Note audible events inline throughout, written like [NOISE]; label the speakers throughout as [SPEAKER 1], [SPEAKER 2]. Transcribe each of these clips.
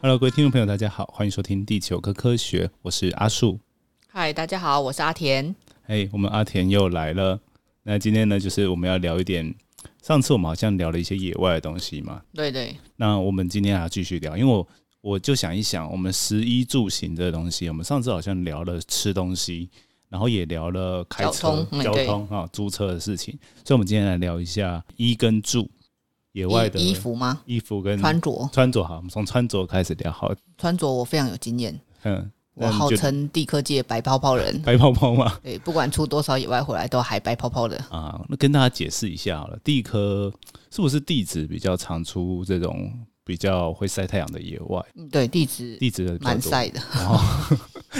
[SPEAKER 1] Hello，各位听众朋友，大家好，欢迎收听《第九个科学》，我是阿树。
[SPEAKER 2] 嗨，大家好，我是阿田。
[SPEAKER 1] 哎，我们阿田又来了。那今天呢，就是我们要聊一点，上次我们好像聊了一些野外的东西嘛。
[SPEAKER 2] 对对，
[SPEAKER 1] 那我们今天还要继续聊，因为我我就想一想，我们食衣住行的东西，我们上次好像聊了吃东西，然后也聊了开车
[SPEAKER 2] 交通、嗯
[SPEAKER 1] 交
[SPEAKER 2] 对
[SPEAKER 1] 通啊、租车的事情，所以我们今天来聊一下衣跟住，野外的嗯
[SPEAKER 2] 衣衣、服吗？
[SPEAKER 1] 衣服跟
[SPEAKER 2] 穿着，
[SPEAKER 1] 穿着好，我们从穿着开始聊好了，
[SPEAKER 2] 穿着我非常有经验，
[SPEAKER 1] 嗯，
[SPEAKER 2] 我
[SPEAKER 1] 那你
[SPEAKER 2] 号
[SPEAKER 1] 就
[SPEAKER 2] 称地科界白泡泡人。
[SPEAKER 1] [LAUGHS] 白泡泡嘛，
[SPEAKER 2] 对，不管出多少野外回来，都还白泡泡的。
[SPEAKER 1] 啊，那跟大家解释一下好了，地科是不是地质比较常出这种比较会晒太阳的野外？
[SPEAKER 2] 嗯对，地质
[SPEAKER 1] 地质的比较
[SPEAKER 2] 蛮
[SPEAKER 1] 多，
[SPEAKER 2] 晒的。
[SPEAKER 1] 然后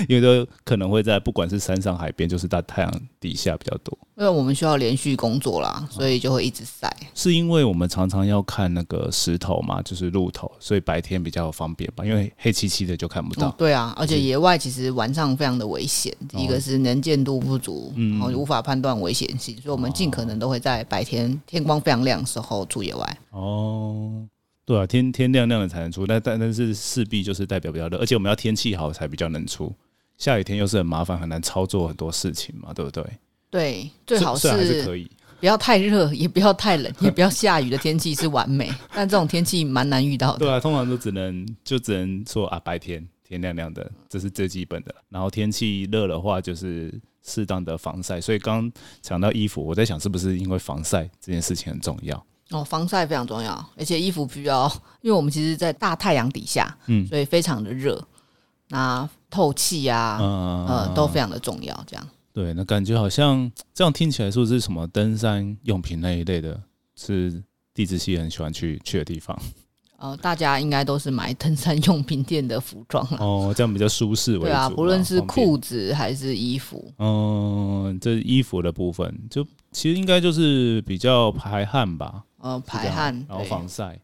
[SPEAKER 1] 因为都可能会在不管是山上、海边，就是在太阳底下比较多。
[SPEAKER 2] 因为我们需要连续工作
[SPEAKER 1] 哦
[SPEAKER 2] 啦，所以就会一直晒。
[SPEAKER 1] 是因为我们常常要看那个石头嘛，就是路头，所以白天比较方便吧，因为黑漆漆的就看不到。
[SPEAKER 2] 嗯，对啊，而且野外其实晚上非常的危险，
[SPEAKER 1] 哦嗯
[SPEAKER 2] 一个是能见度不足，然后无法判断危险性，所以我
[SPEAKER 1] 哦
[SPEAKER 2] 们尽可能都会在白天天光非常亮的时候出野外。
[SPEAKER 1] 哦，对啊，天天亮亮的才能出，但但但是势必就是代表比较热，而且我们要天气好才比较能出。下雨天又是很麻烦，很难操作很多事情嘛，对不对？
[SPEAKER 2] 对，最好
[SPEAKER 1] 虽虽然还是可以，
[SPEAKER 2] 不要太热，也不要太冷， [LAUGHS] 也不要下雨的天气是完美， [LAUGHS] 但这种天气蛮难遇到的。
[SPEAKER 1] 对啊，通常都只能就只能说啊，白天天亮亮的，这是最基本的。然后天气热的话，就是适当的防晒。所以刚讲到衣服，我在想是不是因为防晒这件事情很重要？
[SPEAKER 2] 哦，防晒非常重要，而且衣服必须要，因为我们其实，在大太阳底下，
[SPEAKER 1] 嗯
[SPEAKER 2] 所以非常的热，那透气啊，
[SPEAKER 1] 嗯、
[SPEAKER 2] 呃，都非常的重要。这样，
[SPEAKER 1] 对。那感觉好像这样听起来，说是什么登山用品那一类的，是地质系很喜欢去去的地方 [LAUGHS]
[SPEAKER 2] 呃，大家应该都是买登山用品店的服装了，
[SPEAKER 1] 哦，这样比较舒适为主嘛。
[SPEAKER 2] 对啊，不论是
[SPEAKER 1] 方便
[SPEAKER 2] 裤子还是衣服，
[SPEAKER 1] 嗯，这衣服的部分，就其实应该就是比较排汗吧，
[SPEAKER 2] 呃，
[SPEAKER 1] 是这
[SPEAKER 2] 排
[SPEAKER 1] 样
[SPEAKER 2] 汗，
[SPEAKER 1] 嗯然后
[SPEAKER 2] 对，
[SPEAKER 1] 防晒，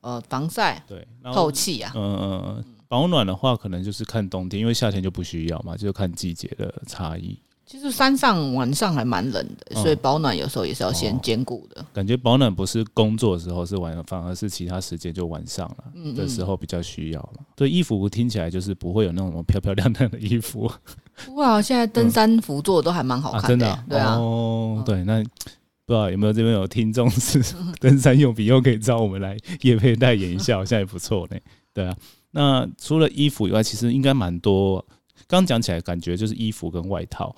[SPEAKER 2] 呃，防晒、
[SPEAKER 1] 对，然后
[SPEAKER 2] 透气啊，
[SPEAKER 1] 嗯嗯嗯，保暖的话可能就是看冬天，因为夏天就不需要嘛，就是看季节的差异。
[SPEAKER 2] 其实山上晚上还蛮冷的，
[SPEAKER 1] 嗯
[SPEAKER 2] 所以保暖有时候也是要
[SPEAKER 1] 哦
[SPEAKER 2] 先兼顾的。
[SPEAKER 1] 感觉保暖不是工作的时候是晚，反而是其他时间就晚上了
[SPEAKER 2] 嗯
[SPEAKER 1] 的
[SPEAKER 2] 嗯
[SPEAKER 1] 时候比较需要嘛。对，衣服听起来就是不会有那种漂漂亮亮的衣服
[SPEAKER 2] 不过啊，现在登山服做的都还蛮好
[SPEAKER 1] 嗯啊，
[SPEAKER 2] 看
[SPEAKER 1] 真的
[SPEAKER 2] 的、
[SPEAKER 1] 啊
[SPEAKER 2] 对啊，
[SPEAKER 1] 哦
[SPEAKER 2] 嗯，
[SPEAKER 1] 对，那不知道有没有这边有听众是
[SPEAKER 2] [LAUGHS]
[SPEAKER 1] 登山用品，又可以找我们来夜配代言一下，好像也不错呢。对啊，那除了衣服以外，其实应该蛮多。刚讲起来，感觉就是衣服跟外套，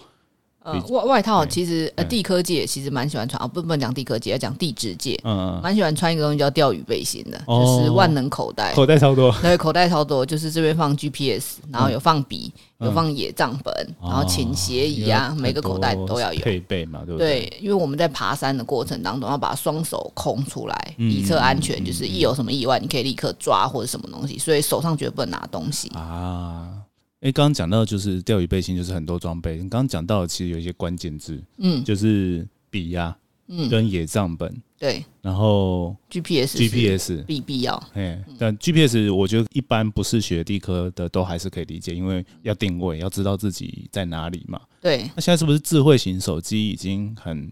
[SPEAKER 2] 呃，外外套
[SPEAKER 1] 嗯
[SPEAKER 2] 其实呃
[SPEAKER 1] 嗯
[SPEAKER 2] 地科界其实蛮喜欢穿啊，不不能讲地科界，要讲地质界，
[SPEAKER 1] 嗯，
[SPEAKER 2] 蛮喜欢穿一个东西叫钓鱼背心的，
[SPEAKER 1] 哦
[SPEAKER 2] 就是万能口袋。
[SPEAKER 1] 口袋超
[SPEAKER 2] [LAUGHS]
[SPEAKER 1] 多，
[SPEAKER 2] 对，口袋超多，就是这边放 GPS，然后有放笔，
[SPEAKER 1] 嗯哦
[SPEAKER 2] 有放野帐本，然后倾斜
[SPEAKER 1] 因
[SPEAKER 2] 椅
[SPEAKER 1] 为
[SPEAKER 2] 啊，
[SPEAKER 1] 很
[SPEAKER 2] 每个口袋
[SPEAKER 1] 多
[SPEAKER 2] 都要有。
[SPEAKER 1] 配备嘛，对不对？
[SPEAKER 2] 对，因为我们在爬山的过程当中，要把双手空出来，
[SPEAKER 1] 嗯
[SPEAKER 2] 以测安全，
[SPEAKER 1] 嗯
[SPEAKER 2] 就是
[SPEAKER 1] 嗯
[SPEAKER 2] 一有什么意外，你可以立刻抓或者什么东西，所以手上绝对不能拿东西。
[SPEAKER 1] 啊，哎，刚刚讲到就是钓鱼背心，就是很多装备。你刚刚讲到的其实有一些关键字，
[SPEAKER 2] 嗯
[SPEAKER 1] 就是笔呀、
[SPEAKER 2] 嗯，
[SPEAKER 1] 跟野帐本，
[SPEAKER 2] 对
[SPEAKER 1] 然后
[SPEAKER 2] ，GPS 是
[SPEAKER 1] GPS，
[SPEAKER 2] 必必要。
[SPEAKER 1] 哎，但 GPS 我觉得一般不是学地科的都还是可以理解，因为要定位，要知道自己在哪里嘛。
[SPEAKER 2] 对，
[SPEAKER 1] 那现在是不是智慧型手机已经很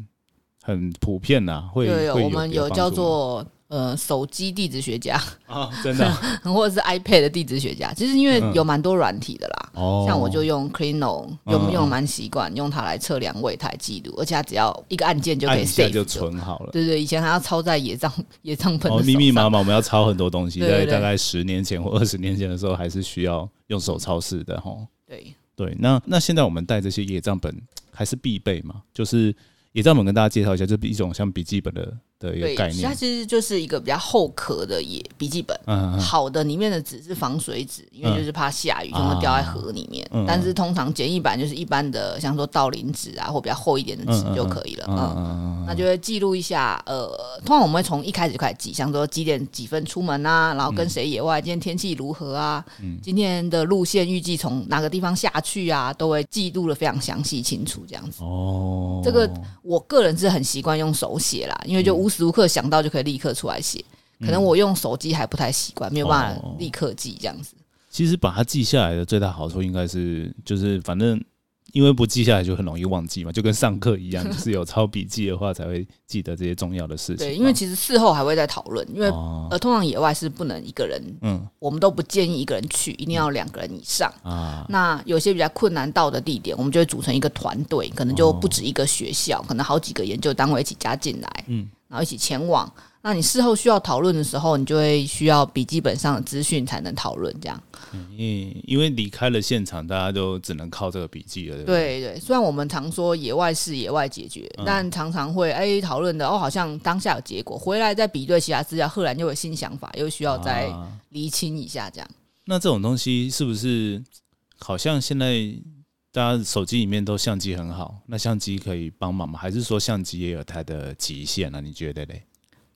[SPEAKER 1] 很普遍啦、会
[SPEAKER 2] 有
[SPEAKER 1] 会
[SPEAKER 2] 有，我们
[SPEAKER 1] 有
[SPEAKER 2] 有
[SPEAKER 1] 帮助
[SPEAKER 2] 叫做呃手机地质学家，
[SPEAKER 1] 啊，真的
[SPEAKER 2] [LAUGHS]
[SPEAKER 1] 啊
[SPEAKER 2] 或者是 iPad 的地质学家。其实因为
[SPEAKER 1] 嗯
[SPEAKER 2] 有蛮多软体的啦，
[SPEAKER 1] 哦，
[SPEAKER 2] 像我就用 Clino，用
[SPEAKER 1] 嗯
[SPEAKER 2] 用得蛮习惯，用它来测量位态记录，而且它只要一个按键就可
[SPEAKER 1] 按
[SPEAKER 2] 以
[SPEAKER 1] 一下
[SPEAKER 2] save
[SPEAKER 1] 就
[SPEAKER 2] 的。
[SPEAKER 1] 存好了。
[SPEAKER 2] 对对，以前还要抄在野帐野帐本
[SPEAKER 1] 哦，
[SPEAKER 2] 的
[SPEAKER 1] 密密
[SPEAKER 2] 手
[SPEAKER 1] 麻
[SPEAKER 2] 上。
[SPEAKER 1] 麻，我们要抄很多东西，
[SPEAKER 2] 对对
[SPEAKER 1] 在
[SPEAKER 2] 对
[SPEAKER 1] 大概十年前或二十年前的时候，还是需要用手抄式的哈。
[SPEAKER 2] 对，
[SPEAKER 1] 对，那那现在我们带这些野账本还是必备嘛？就是野账本跟大家介绍一下，就是一种像笔记本的的一个
[SPEAKER 2] 对
[SPEAKER 1] 概，
[SPEAKER 2] 它
[SPEAKER 1] 念。
[SPEAKER 2] 其实就是一个比较厚壳的野笔记本。
[SPEAKER 1] 嗯，嗯嗯
[SPEAKER 2] 好的，里面的纸是防水纸，因为就是怕下雨，全部掉在河里面。
[SPEAKER 1] 啊嗯
[SPEAKER 2] 但是通常简易版就是一般的，像说道林纸啊，或比较厚一点的纸
[SPEAKER 1] 嗯嗯
[SPEAKER 2] 就可以了。
[SPEAKER 1] 嗯
[SPEAKER 2] 嗯，
[SPEAKER 1] 嗯嗯
[SPEAKER 2] 那就会记录一下。呃，通常我们会从一开始就开始记，像说几点几分出门啊，然后跟谁野外，今天天气如何啊，
[SPEAKER 1] 嗯
[SPEAKER 2] 今天的路线预计从哪个地方下去啊，都会记录的非常详细清楚，这样子。
[SPEAKER 1] 哦，
[SPEAKER 2] 这个我个人是很习惯用手写啦，因为就
[SPEAKER 1] 嗯
[SPEAKER 2] 无时无刻想到就可以立刻出来写。可能我用手机还不太习惯，没有办法
[SPEAKER 1] 哦
[SPEAKER 2] 立刻记这样子。
[SPEAKER 1] 其实把它记下来的最大好处应该是，就是反正因为不记下来就很容易忘记嘛，就跟上课
[SPEAKER 2] [LAUGHS]
[SPEAKER 1] 一样，就是有抄笔记的话才会记得这些重要的事情。
[SPEAKER 2] 对，因为其实事后还会再讨论，因为
[SPEAKER 1] 哦，
[SPEAKER 2] 呃，通常野外是不能一个人，
[SPEAKER 1] 嗯
[SPEAKER 2] 我们都不建议一个人去，一定要两个人以上。
[SPEAKER 1] 啊，
[SPEAKER 2] 那有些比较困难到的地点，我们就会组成一个团队，可能
[SPEAKER 1] 哦
[SPEAKER 2] 就不止一个学校，可能好几个研究单位一起加进来，
[SPEAKER 1] 嗯
[SPEAKER 2] 然后一起前往。那你事后需要讨论的时候，你就会需要笔记本上的资讯才能讨论，这样。
[SPEAKER 1] 因因为离开了现场，大家都只能靠这个笔记了。对不对，嗯
[SPEAKER 2] 对对，虽然我们常说野外是野外解决，但常常会哎讨论的哦，好像当下有结果，回来再比对其他资料，赫然又有新想法，又需要再
[SPEAKER 1] 啊
[SPEAKER 2] 厘清一下，这样。
[SPEAKER 1] 那这种东西是不是好像现在大家手机里面都相机很好？那相机可以帮忙吗？还是说相机也有它的极限啊？你觉得嘞？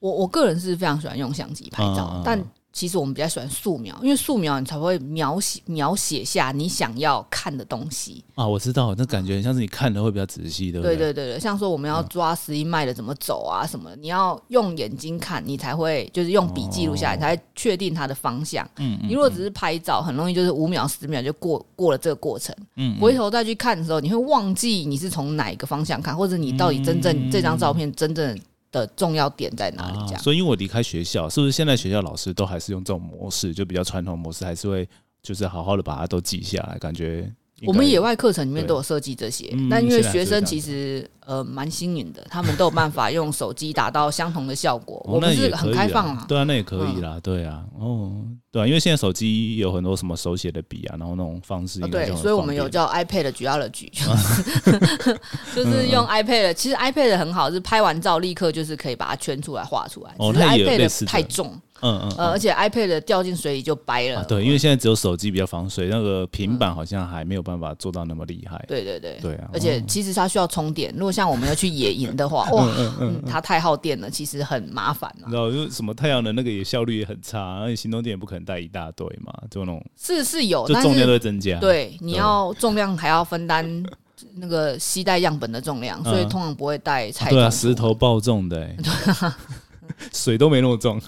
[SPEAKER 2] 我我个人是非常喜欢用相机拍照，
[SPEAKER 1] 嗯嗯嗯
[SPEAKER 2] 但其实我们比较喜欢素描，因为素描你才会描写描写下你想要看的东西。
[SPEAKER 1] 啊，我知道，那感觉像是你看的会比较仔细，对不嗯
[SPEAKER 2] 对
[SPEAKER 1] 对
[SPEAKER 2] 对对对，像说我们要抓十一脉的怎么走啊什么的，你要用眼睛看，你才会就是用笔记录下来，你才会确定它的方向。
[SPEAKER 1] 哦嗯
[SPEAKER 2] 你如果只是拍照，很容易就是五秒十秒就过过了这个过程。
[SPEAKER 1] 嗯
[SPEAKER 2] 回头再去看的时候，你会忘记你是从哪一个方向看，或者你到底真正、
[SPEAKER 1] 嗯
[SPEAKER 2] 这张照片真正的重要点在哪里？这样。
[SPEAKER 1] 啊所以因为我离开学校，是不是现在学校老师都还是用这种模式，就比较传统模式，还是会就是好好的把它都记下来？感觉啊应该哦
[SPEAKER 2] 我们野外课程里面
[SPEAKER 1] 对
[SPEAKER 2] 都有设计这些
[SPEAKER 1] 嗯，
[SPEAKER 2] 但因为
[SPEAKER 1] 现在还是
[SPEAKER 2] 学
[SPEAKER 1] 这
[SPEAKER 2] 生
[SPEAKER 1] 样
[SPEAKER 2] 其实呃蛮新颖的，他们都有办法用手机达到相同的效果。
[SPEAKER 1] 哦
[SPEAKER 2] 我们
[SPEAKER 1] 那也
[SPEAKER 2] 是很
[SPEAKER 1] 可以
[SPEAKER 2] 开放
[SPEAKER 1] 啊
[SPEAKER 2] 啊，
[SPEAKER 1] 对啊，那也可以啦，对啊，哦，对啊，因为现在手机有很多什么手写的笔啊，然后那种方式
[SPEAKER 2] 啊
[SPEAKER 1] 应该
[SPEAKER 2] 对
[SPEAKER 1] 就，很
[SPEAKER 2] 所以我
[SPEAKER 1] 方
[SPEAKER 2] 们有
[SPEAKER 1] 便
[SPEAKER 2] 叫 iPad 举 o l
[SPEAKER 1] [LAUGHS]
[SPEAKER 2] o g y [LAUGHS] 就是就是用
[SPEAKER 1] 嗯
[SPEAKER 2] iPad。其实 iPad 很好，是拍完照立刻就是可以把它圈出来、画出来。
[SPEAKER 1] 哦
[SPEAKER 2] 只是
[SPEAKER 1] 那也有类
[SPEAKER 2] iPad
[SPEAKER 1] 似的
[SPEAKER 2] 太重，
[SPEAKER 1] 嗯嗯
[SPEAKER 2] 呃，而且 iPad 掉进水里就掰了
[SPEAKER 1] 啊，。对，因为现在只有手机比较防水，那个平板好像还没有办法做到那么厉害。
[SPEAKER 2] 对对嗯对。
[SPEAKER 1] 对啊，
[SPEAKER 2] 而且其实它需要充电，如果像我们要去野营的
[SPEAKER 1] [LAUGHS]
[SPEAKER 2] 话，哇，嗯它太耗电了，其实很麻烦啊
[SPEAKER 1] 你知。道，就是什么太阳能那个也效率也很差，而且行动电也不可能带一大堆嘛，就那种
[SPEAKER 2] 是是有，
[SPEAKER 1] 就
[SPEAKER 2] 哦但
[SPEAKER 1] 重
[SPEAKER 2] 是
[SPEAKER 1] 量都会增加。，啊
[SPEAKER 2] 对，你
[SPEAKER 1] 对
[SPEAKER 2] 要重量还要分担那个携带样本的重量，所以
[SPEAKER 1] 嗯
[SPEAKER 2] 通常不会带菜、
[SPEAKER 1] 对啊，石头，爆重的、
[SPEAKER 2] [LAUGHS]
[SPEAKER 1] 欸，对、水都没那么重，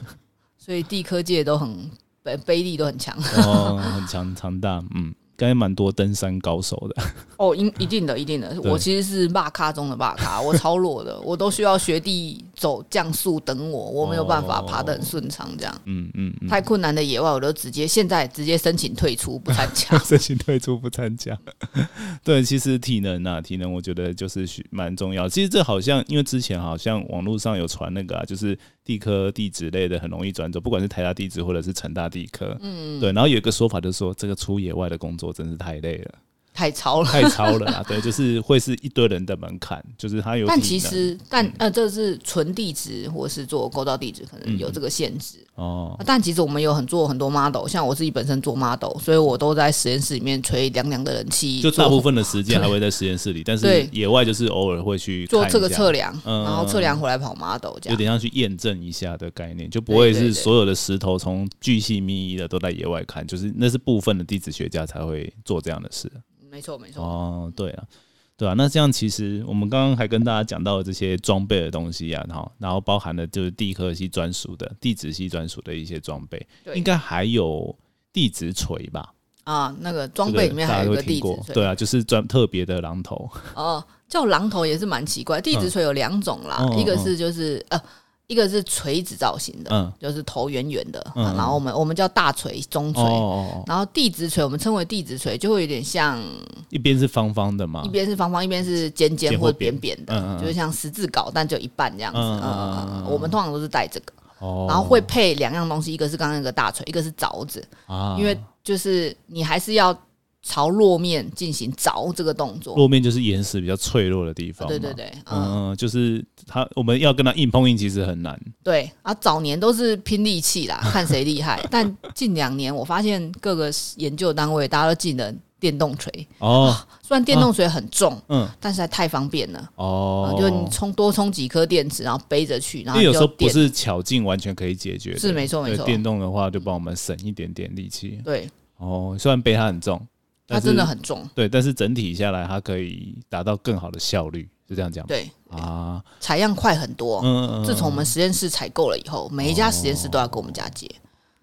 [SPEAKER 2] 所以地科界都很背背力都很强。
[SPEAKER 1] 哦，很强强大， [LAUGHS] 嗯。应该蛮多登山高手的，
[SPEAKER 2] 哦，一一定的，一定的。
[SPEAKER 1] 对
[SPEAKER 2] 我其实是霸咖中的霸咖，我超弱的，我都需要学弟走降速等我，我没有办法爬得很顺畅，这样。
[SPEAKER 1] 哦嗯嗯嗯，
[SPEAKER 2] 太困难的野外，我都直接现在直接申请退出不参
[SPEAKER 1] [LAUGHS] 。
[SPEAKER 2] 加
[SPEAKER 1] 申请退出不参加。对，其实体能啊，体能我觉得就是需蛮重要。其实这好像因为之前好像网络上有传那个啊，就是地科地质类的很容易转走，不管是台大地质或者是成大地科。嗯，对。然后有一个说法就是说，这个出野外的工作真是太累了，
[SPEAKER 2] 太超了。
[SPEAKER 1] 太超了啦。对，就是会是一堆人的门槛，就是他 [LAUGHS] 有体能。嗯
[SPEAKER 2] 但其实，但呃，这是纯地质或是做构造地质，可能有这个限制。
[SPEAKER 1] 嗯
[SPEAKER 2] 啊
[SPEAKER 1] 哦，
[SPEAKER 2] 但其实我们有很做很多 model，像我自己本身做 model，所以我都在实验室里面吹凉凉的冷气，
[SPEAKER 1] 就
[SPEAKER 2] 做
[SPEAKER 1] 大部分的时间还会在实验室里，但是
[SPEAKER 2] 对
[SPEAKER 1] 野外就是偶尔会去
[SPEAKER 2] 做
[SPEAKER 1] 看一
[SPEAKER 2] 这个
[SPEAKER 1] 下
[SPEAKER 2] 测量，
[SPEAKER 1] 嗯
[SPEAKER 2] 然后测量回来跑 model
[SPEAKER 1] 有
[SPEAKER 2] 这样。
[SPEAKER 1] 点像去验证一下的概念，就不会是
[SPEAKER 2] 对对
[SPEAKER 1] 所有的石头从巨细靡遗的都在野外看，就是那是部分的地质学家才会做这样的事。
[SPEAKER 2] 没错没错，
[SPEAKER 1] 哦，对啊，对啊，那这样其实我们刚刚还跟大家讲到这些装备的东西啊，然后然后包含了就是地科系专属的、地质系专属的一些装备，
[SPEAKER 2] 对
[SPEAKER 1] 应该还有地质锤吧？
[SPEAKER 2] 啊，那个
[SPEAKER 1] 这
[SPEAKER 2] 装备里面
[SPEAKER 1] 大
[SPEAKER 2] 还
[SPEAKER 1] 家
[SPEAKER 2] 有一
[SPEAKER 1] 都
[SPEAKER 2] 个
[SPEAKER 1] 听
[SPEAKER 2] 地
[SPEAKER 1] 过
[SPEAKER 2] 质
[SPEAKER 1] 对
[SPEAKER 2] 锤，
[SPEAKER 1] 啊，就是专特别的榔头，
[SPEAKER 2] 哦，叫榔头也是蛮奇怪。地质锤有两种啦，
[SPEAKER 1] 嗯
[SPEAKER 2] 一个是就是呃，一个是锤子造型的，
[SPEAKER 1] 嗯，
[SPEAKER 2] 就是头圆圆的，
[SPEAKER 1] 嗯
[SPEAKER 2] 啊然后我们我们叫大锤、中
[SPEAKER 1] 哦
[SPEAKER 2] 锤。
[SPEAKER 1] 哦哦，
[SPEAKER 2] 然后地质锤，我们称为地质锤，就会有点像
[SPEAKER 1] 一边是方方的嘛
[SPEAKER 2] 一，边是方方，一边是尖尖
[SPEAKER 1] 啊尖
[SPEAKER 2] 或
[SPEAKER 1] 或
[SPEAKER 2] 者扁扁的，
[SPEAKER 1] 嗯嗯嗯
[SPEAKER 2] 就是像十字镐，但就一半这样子。
[SPEAKER 1] 嗯
[SPEAKER 2] 嗯
[SPEAKER 1] 嗯
[SPEAKER 2] 嗯
[SPEAKER 1] 嗯嗯
[SPEAKER 2] 嗯，我们通常都是带这个，
[SPEAKER 1] 哦，
[SPEAKER 2] 然后会配两样东西，一个是刚刚那个大锤，一个是凿子，
[SPEAKER 1] 啊，
[SPEAKER 2] 因为就是你还是要朝落面进行凿这个动作。
[SPEAKER 1] 路面就是岩石比较脆弱的地方嘛。
[SPEAKER 2] 对对对，嗯，
[SPEAKER 1] 嗯，嗯，就是它，我们要跟它硬碰硬，其实很难。
[SPEAKER 2] 对啊，早年都是拼力气啦，看谁厉害。但近两年，我发现各个研究单位大家都技能电动锤，
[SPEAKER 1] 哦，
[SPEAKER 2] [LAUGHS] 虽然电动锤很重，
[SPEAKER 1] 嗯，
[SPEAKER 2] 但是它太方便了。
[SPEAKER 1] 哦
[SPEAKER 2] 啊，就你充多充几颗电池，然后背着去，然
[SPEAKER 1] 因
[SPEAKER 2] 后
[SPEAKER 1] 为
[SPEAKER 2] 你
[SPEAKER 1] 有时候
[SPEAKER 2] 就
[SPEAKER 1] 不
[SPEAKER 2] 电。
[SPEAKER 1] 是巧劲完全可以解决的。
[SPEAKER 2] 是没错没
[SPEAKER 1] 对
[SPEAKER 2] 错，
[SPEAKER 1] 电动的话就帮我们省一点点力气。
[SPEAKER 2] 对，
[SPEAKER 1] 哦，虽然背它很重，
[SPEAKER 2] 它
[SPEAKER 1] 但是
[SPEAKER 2] 真的很重。
[SPEAKER 1] 对，但是整体下来它可以达到更好的效率，是这样讲吗？
[SPEAKER 2] 对，
[SPEAKER 1] 啊，
[SPEAKER 2] 采样快很多。
[SPEAKER 1] 嗯嗯嗯。
[SPEAKER 2] 自从我们实验室采购了以后，每一家实验室都要跟我们家借。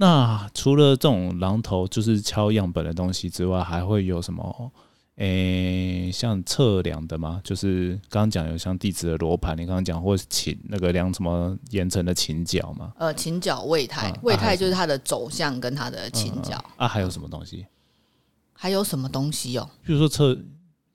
[SPEAKER 1] 那除了这种榔头，就是敲样本的东西之外，还会有什么？诶、像测量的嘛，就是刚刚讲有像地址的罗盘，你刚刚讲或是琴那个量什么岩层的琴角嘛，
[SPEAKER 2] 呃，琴角、位态
[SPEAKER 1] 啊，
[SPEAKER 2] 位
[SPEAKER 1] 啊还
[SPEAKER 2] 态
[SPEAKER 1] 有
[SPEAKER 2] 就是它的走向跟它的琴角，
[SPEAKER 1] 嗯啊，还有什么东西？
[SPEAKER 2] 还有什么东西哦？
[SPEAKER 1] 比如说测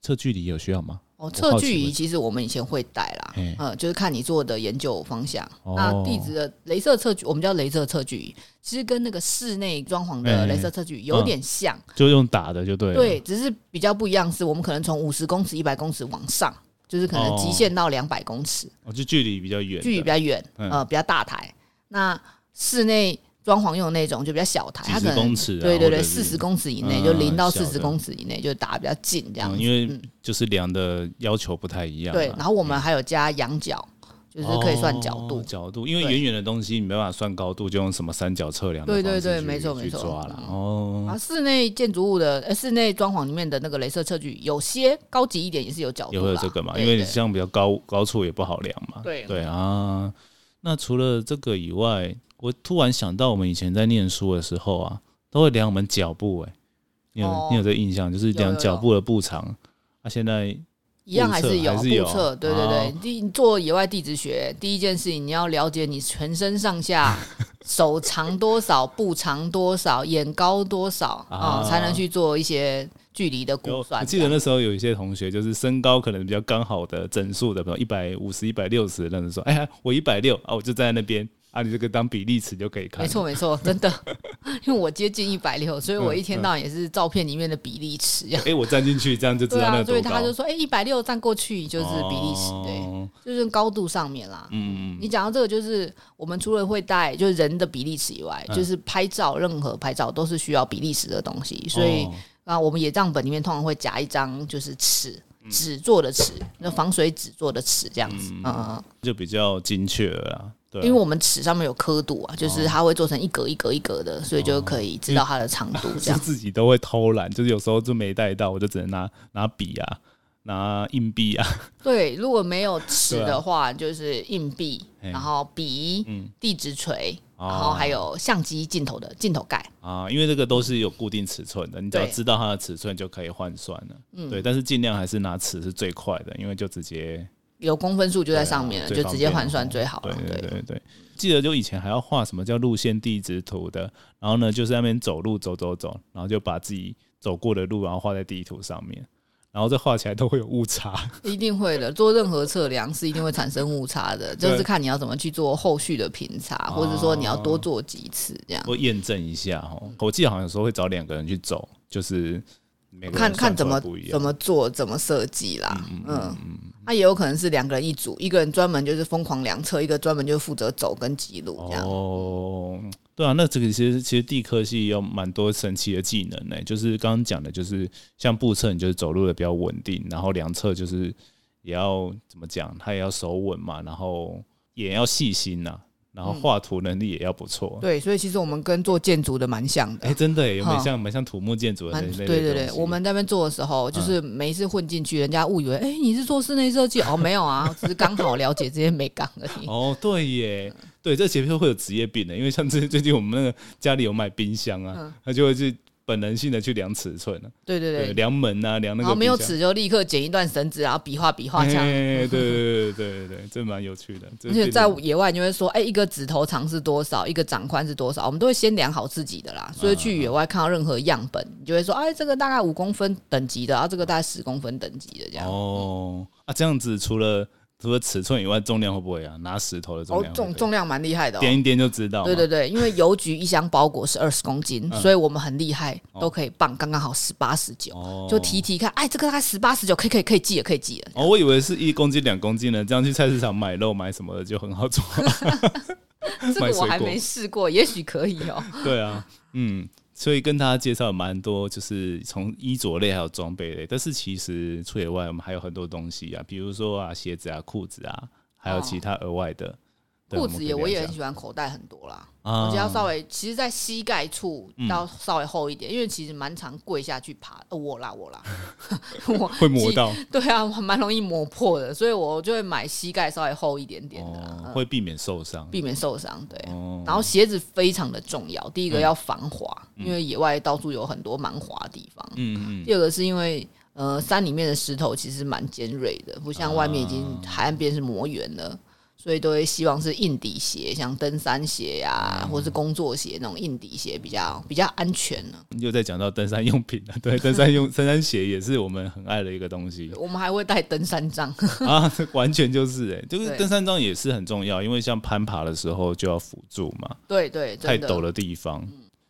[SPEAKER 1] 测距离有需要吗？
[SPEAKER 2] 哦，
[SPEAKER 1] 我
[SPEAKER 2] 测
[SPEAKER 1] 好奇
[SPEAKER 2] 距仪
[SPEAKER 1] 问
[SPEAKER 2] 其实我们以前会带啦
[SPEAKER 1] 嘿，
[SPEAKER 2] 呃，就是看你做的研究方向。
[SPEAKER 1] 哦
[SPEAKER 2] 那地质的镭射测距，我们叫镭射测距仪，其实跟那个室内装潢的
[SPEAKER 1] 哎
[SPEAKER 2] 镭射测距仪有点像，
[SPEAKER 1] 就用打的就对了。
[SPEAKER 2] 对，只是比较不一样是，我们可能从五十公尺、一百公尺往上，就是可能
[SPEAKER 1] 哦
[SPEAKER 2] 极限到两百公尺，
[SPEAKER 1] 哦，就距离比较远的，
[SPEAKER 2] 距离比较远，
[SPEAKER 1] 嗯
[SPEAKER 2] 呃，比较大台。那室内装潢用的那种就比较小台，
[SPEAKER 1] 几
[SPEAKER 2] 它
[SPEAKER 1] 十
[SPEAKER 2] 可能
[SPEAKER 1] 公尺啊、
[SPEAKER 2] 对对
[SPEAKER 1] 或者
[SPEAKER 2] 对，
[SPEAKER 1] 是
[SPEAKER 2] 四十公尺以内，
[SPEAKER 1] 嗯
[SPEAKER 2] 就零到
[SPEAKER 1] 小的
[SPEAKER 2] 四十公尺以内就打比较近这样子。
[SPEAKER 1] 嗯因为就是量的要求不太一样啊、
[SPEAKER 2] 对，然后我们还有加仰角，就是可以算角
[SPEAKER 1] 哦
[SPEAKER 2] 度。
[SPEAKER 1] 角度，因为
[SPEAKER 2] 对
[SPEAKER 1] 远远的东西你没办法算高度，就用什么三角测量的
[SPEAKER 2] 对
[SPEAKER 1] 方式
[SPEAKER 2] 对对
[SPEAKER 1] 去
[SPEAKER 2] 没错
[SPEAKER 1] 去
[SPEAKER 2] 没错
[SPEAKER 1] 抓了
[SPEAKER 2] 嗯啊，
[SPEAKER 1] 哦，
[SPEAKER 2] 室内建筑物的、呃、室内装潢里面的那个镭射测距，有些高级一点也是有角度啦，
[SPEAKER 1] 也会有这个嘛，
[SPEAKER 2] 对
[SPEAKER 1] 因为你
[SPEAKER 2] 对
[SPEAKER 1] 像比较高高处也不好量嘛，
[SPEAKER 2] 对
[SPEAKER 1] 对啊。那除了这个以外，我突然想到我们以前在念书的时候啊，都会量我们脚步、欸，哎，你有、
[SPEAKER 2] 哦
[SPEAKER 1] 你有这印象，就是
[SPEAKER 2] 有
[SPEAKER 1] 量
[SPEAKER 2] 有
[SPEAKER 1] 脚
[SPEAKER 2] 有
[SPEAKER 1] 步的步长。啊，现在
[SPEAKER 2] 一样还是有
[SPEAKER 1] 还
[SPEAKER 2] 步
[SPEAKER 1] 是有哦
[SPEAKER 2] 测，对对对。第、你做野外地质学，第一件事情你要了解你全身
[SPEAKER 1] [LAUGHS]
[SPEAKER 2] 上下手长多少、步长多少、眼高多少啊、
[SPEAKER 1] 啊
[SPEAKER 2] 才能去做一些距离的估
[SPEAKER 1] 有
[SPEAKER 2] 算。
[SPEAKER 1] 我记得那时候有一些同学，就是身高可能比较刚好的整数的，比如一百五十、一百六十，那人说：“哎呀，我一百六啊，我就站在那边啊。”你这个当比例尺就可以看。
[SPEAKER 2] 没错，没错，真的， [LAUGHS] 因为我接近一百六，所以我
[SPEAKER 1] 嗯
[SPEAKER 2] 一天到晚也是照片里面的比例尺。
[SPEAKER 1] 哎、我站进去，这样就知
[SPEAKER 2] 对
[SPEAKER 1] 道那
[SPEAKER 2] 啊，
[SPEAKER 1] 个
[SPEAKER 2] 所以
[SPEAKER 1] 多高。
[SPEAKER 2] 他就说，哎、1一百六站过去就是比利时，
[SPEAKER 1] 哦
[SPEAKER 2] 对，就是高度上面啦。
[SPEAKER 1] 嗯，
[SPEAKER 2] 你讲到这个，就是我们除了会带就是人的比例尺以外，
[SPEAKER 1] 嗯
[SPEAKER 2] 就是拍照任何拍照都是需要比例尺的东西，所以
[SPEAKER 1] 哦
[SPEAKER 2] 啊，我们野账本里面通常会夹一张就是尺
[SPEAKER 1] 嗯
[SPEAKER 2] 纸做的尺，那防水纸做的尺这样子，嗯嗯，嗯
[SPEAKER 1] 就比较精确了啦。对哦啊，
[SPEAKER 2] 因为我们尺上面有刻度啊，就是它会做成一格一格一格的，所以就可以
[SPEAKER 1] 嗯
[SPEAKER 2] 知道它的长度这
[SPEAKER 1] 就
[SPEAKER 2] 样。
[SPEAKER 1] 自己都会偷懒，就是有时候就没带到，我就只能拿拿笔啊，拿硬币啊。 [LAUGHS]
[SPEAKER 2] 对，如果没有尺
[SPEAKER 1] 对啊
[SPEAKER 2] 的话，就是硬币，
[SPEAKER 1] 嘿
[SPEAKER 2] 然后笔、
[SPEAKER 1] 嗯
[SPEAKER 2] 地质锤，
[SPEAKER 1] 哦
[SPEAKER 2] 然后还有相机镜头的镜头盖。
[SPEAKER 1] 啊，因为这个都是有固定尺寸的，你只要
[SPEAKER 2] 对嗯
[SPEAKER 1] 知道它的尺寸就可以换算了。对，但是尽量还是拿尺是最快的，因为就直接
[SPEAKER 2] 有公分数就在上面了，
[SPEAKER 1] 对啊
[SPEAKER 2] 就直接换算最好了。
[SPEAKER 1] 对对
[SPEAKER 2] 对
[SPEAKER 1] 对对，记得就以前还要画什么叫路线地质图的，然后呢，就是在那边走路走走走，然后就把自己走过的路，然后画在地图上面，然后再画起来都会有误差。
[SPEAKER 2] 一定会的。做任何测量是一定会产生误差的，
[SPEAKER 1] 对哦
[SPEAKER 2] 就是看你要怎么去做后续的评查，或者说你要多做几次这样。
[SPEAKER 1] 我验证一下哦，我记得好像有时候会找两个人去走，就是每个人
[SPEAKER 2] 看看
[SPEAKER 1] 算出
[SPEAKER 2] 怎
[SPEAKER 1] 来
[SPEAKER 2] 么
[SPEAKER 1] 不一样，
[SPEAKER 2] 怎么做，怎么设计啦，嗯，那、也有可能是两个人一组，一个人专门就是疯狂量测，一个专门就负责走跟记录这样。
[SPEAKER 1] 哦，对啊，那这个其实其实地科系有蛮多神奇的技能呢、就是刚刚讲的，就是像步测，你就是走路的比较稳定，然后量测就是也要怎么讲，它也要手稳嘛，然后也要细心呐、
[SPEAKER 2] 嗯
[SPEAKER 1] 然后画图能力也要不错。
[SPEAKER 2] 对，所以其实我们跟做建筑的蛮像的
[SPEAKER 1] 哦哎、。真的、欸，有点
[SPEAKER 2] 哈
[SPEAKER 1] 像蛮像土木建筑的那
[SPEAKER 2] 蛮
[SPEAKER 1] 那类
[SPEAKER 2] 对对
[SPEAKER 1] 东
[SPEAKER 2] 对，
[SPEAKER 1] 西嗯
[SPEAKER 2] 我们在那边做的时候，就是每一次混进去，人家误以为，哎、你是做室内设
[SPEAKER 1] [LAUGHS]
[SPEAKER 2] 计？哦，没有啊，只是刚好了解这些美感而已。
[SPEAKER 1] 哦，对耶，对，这其实会有职业病的，因为像最最近我们那个家里有买冰箱啊，他就会去本能性的去量尺寸啊，
[SPEAKER 2] 对嗯对
[SPEAKER 1] 对，
[SPEAKER 2] 对，
[SPEAKER 1] 量门啊，量那
[SPEAKER 2] 然
[SPEAKER 1] 个
[SPEAKER 2] 后没有
[SPEAKER 1] 冰箱
[SPEAKER 2] 尺就立刻剪一段绳子，然后比划比划这样。
[SPEAKER 1] 哎对对对对对对，这蛮有趣的。这
[SPEAKER 2] 而且在
[SPEAKER 1] 这
[SPEAKER 2] 野外，你会说，哎、一个指头长是多少，一个掌宽是多少，我们都会先量好自己的啦。所以去野外看到任何样本，你就会说，哎、这个大概五公分等级的，然后这个大概十公分等级的这样。
[SPEAKER 1] 哦啊，这样子除了除了尺寸以外，重量会不会啊？拿石头的重
[SPEAKER 2] 哦
[SPEAKER 1] 量，会不会，
[SPEAKER 2] 重重量蛮厉害的、哦，
[SPEAKER 1] 掂一掂就知道嘛。
[SPEAKER 2] 对对对，因为邮局一箱包裹是二十公斤，
[SPEAKER 1] 嗯
[SPEAKER 2] 所以我们很厉害，都可以磅刚刚好十八十九，
[SPEAKER 1] 哦，
[SPEAKER 2] 就提一提看，哎，这个大概十八十九，可以可以可以记了，可以记了。
[SPEAKER 1] 哦，我以为是一公斤两公斤呢，这样去菜市场买肉买什么的就很好做。[LAUGHS]
[SPEAKER 2] 这
[SPEAKER 1] 卖
[SPEAKER 2] 个
[SPEAKER 1] 水
[SPEAKER 2] 我还
[SPEAKER 1] 果
[SPEAKER 2] 没试过，也许可以哦。
[SPEAKER 1] 对啊，嗯，所以跟大家介绍了蛮多，就是从衣着类还有装备类，但是其实出野外我们还有很多东西啊，比如说啊鞋子啊、裤子啊，还有其他额外的。 [LAUGHS] 对
[SPEAKER 2] 裤子也我也很喜欢，口袋很多啦，
[SPEAKER 1] 啊
[SPEAKER 2] 我觉得要稍微，其实，在膝盖处
[SPEAKER 1] 嗯
[SPEAKER 2] 要稍微厚一点，因为其实蛮常跪下去爬，呃我
[SPEAKER 1] [LAUGHS]
[SPEAKER 2] 啦我啦，我
[SPEAKER 1] 会磨到，
[SPEAKER 2] 对啊，蛮容易磨破的，所以我就会买膝盖稍微厚一点点的啦，
[SPEAKER 1] 哦
[SPEAKER 2] 嗯，
[SPEAKER 1] 会避免受伤。
[SPEAKER 2] 避免受伤。对，
[SPEAKER 1] 哦
[SPEAKER 2] 然后鞋子非常的重要，
[SPEAKER 1] 嗯
[SPEAKER 2] 第一个要防滑，因为野外到处有很多蛮滑的地方。
[SPEAKER 1] 嗯嗯，
[SPEAKER 2] 第二个是因为呃，山里面的石头其实蛮尖锐的，不像外面已经
[SPEAKER 1] 啊
[SPEAKER 2] 海岸边是磨圆了，所以都会希望是硬底鞋，像登山鞋呀、
[SPEAKER 1] 嗯
[SPEAKER 2] 或是工作鞋那种硬底鞋比较比较安全呢、
[SPEAKER 1] 嗯又在讲到登山用品了，对，登山用 [LAUGHS] 登山鞋也是我们很爱的一个东西
[SPEAKER 2] 我们还会带登山杖， [LAUGHS]
[SPEAKER 1] 啊， [LAUGHS] 完全就是哎、就是
[SPEAKER 2] 对
[SPEAKER 1] 登山杖也是很重要，因为像攀爬的时候就要辅助嘛，
[SPEAKER 2] 对对，
[SPEAKER 1] 太
[SPEAKER 2] 真的嗯
[SPEAKER 1] 陡的地方。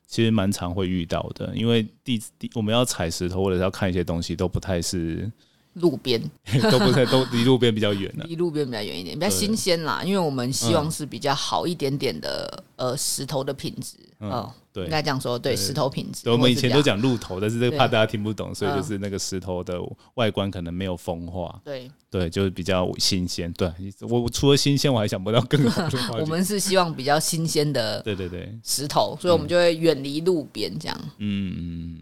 [SPEAKER 1] 其实蛮常会遇到的，因为地地我们要踩石头或者是要看一些东西，都不太是， [LAUGHS]
[SPEAKER 2] 路边
[SPEAKER 1] 都不太都离路边比较远啊
[SPEAKER 2] [LAUGHS]
[SPEAKER 1] 了、
[SPEAKER 2] 离路边比较远一点，比较
[SPEAKER 1] 对嗯
[SPEAKER 2] 新鲜啦，因为我们希望是比较好一点点的呃石头的品质，
[SPEAKER 1] 嗯
[SPEAKER 2] 哦，
[SPEAKER 1] 对
[SPEAKER 2] 应该这样说，对
[SPEAKER 1] 对
[SPEAKER 2] 石头品质，
[SPEAKER 1] 对，我们以前都
[SPEAKER 2] 或是比较，
[SPEAKER 1] 讲路头，但是这个怕
[SPEAKER 2] 对嗯
[SPEAKER 1] 大家听不懂，所以就是那个石头的外观可能没有风化，
[SPEAKER 2] 对，
[SPEAKER 1] 对，就是比较新鲜。对我我除了新鲜，我还想不到更好的话
[SPEAKER 2] [LAUGHS] 我
[SPEAKER 1] 题。
[SPEAKER 2] 们是希望比较新鲜的
[SPEAKER 1] 对对嗯对，
[SPEAKER 2] 石头，所以我们就会远离路边这样。
[SPEAKER 1] 嗯嗯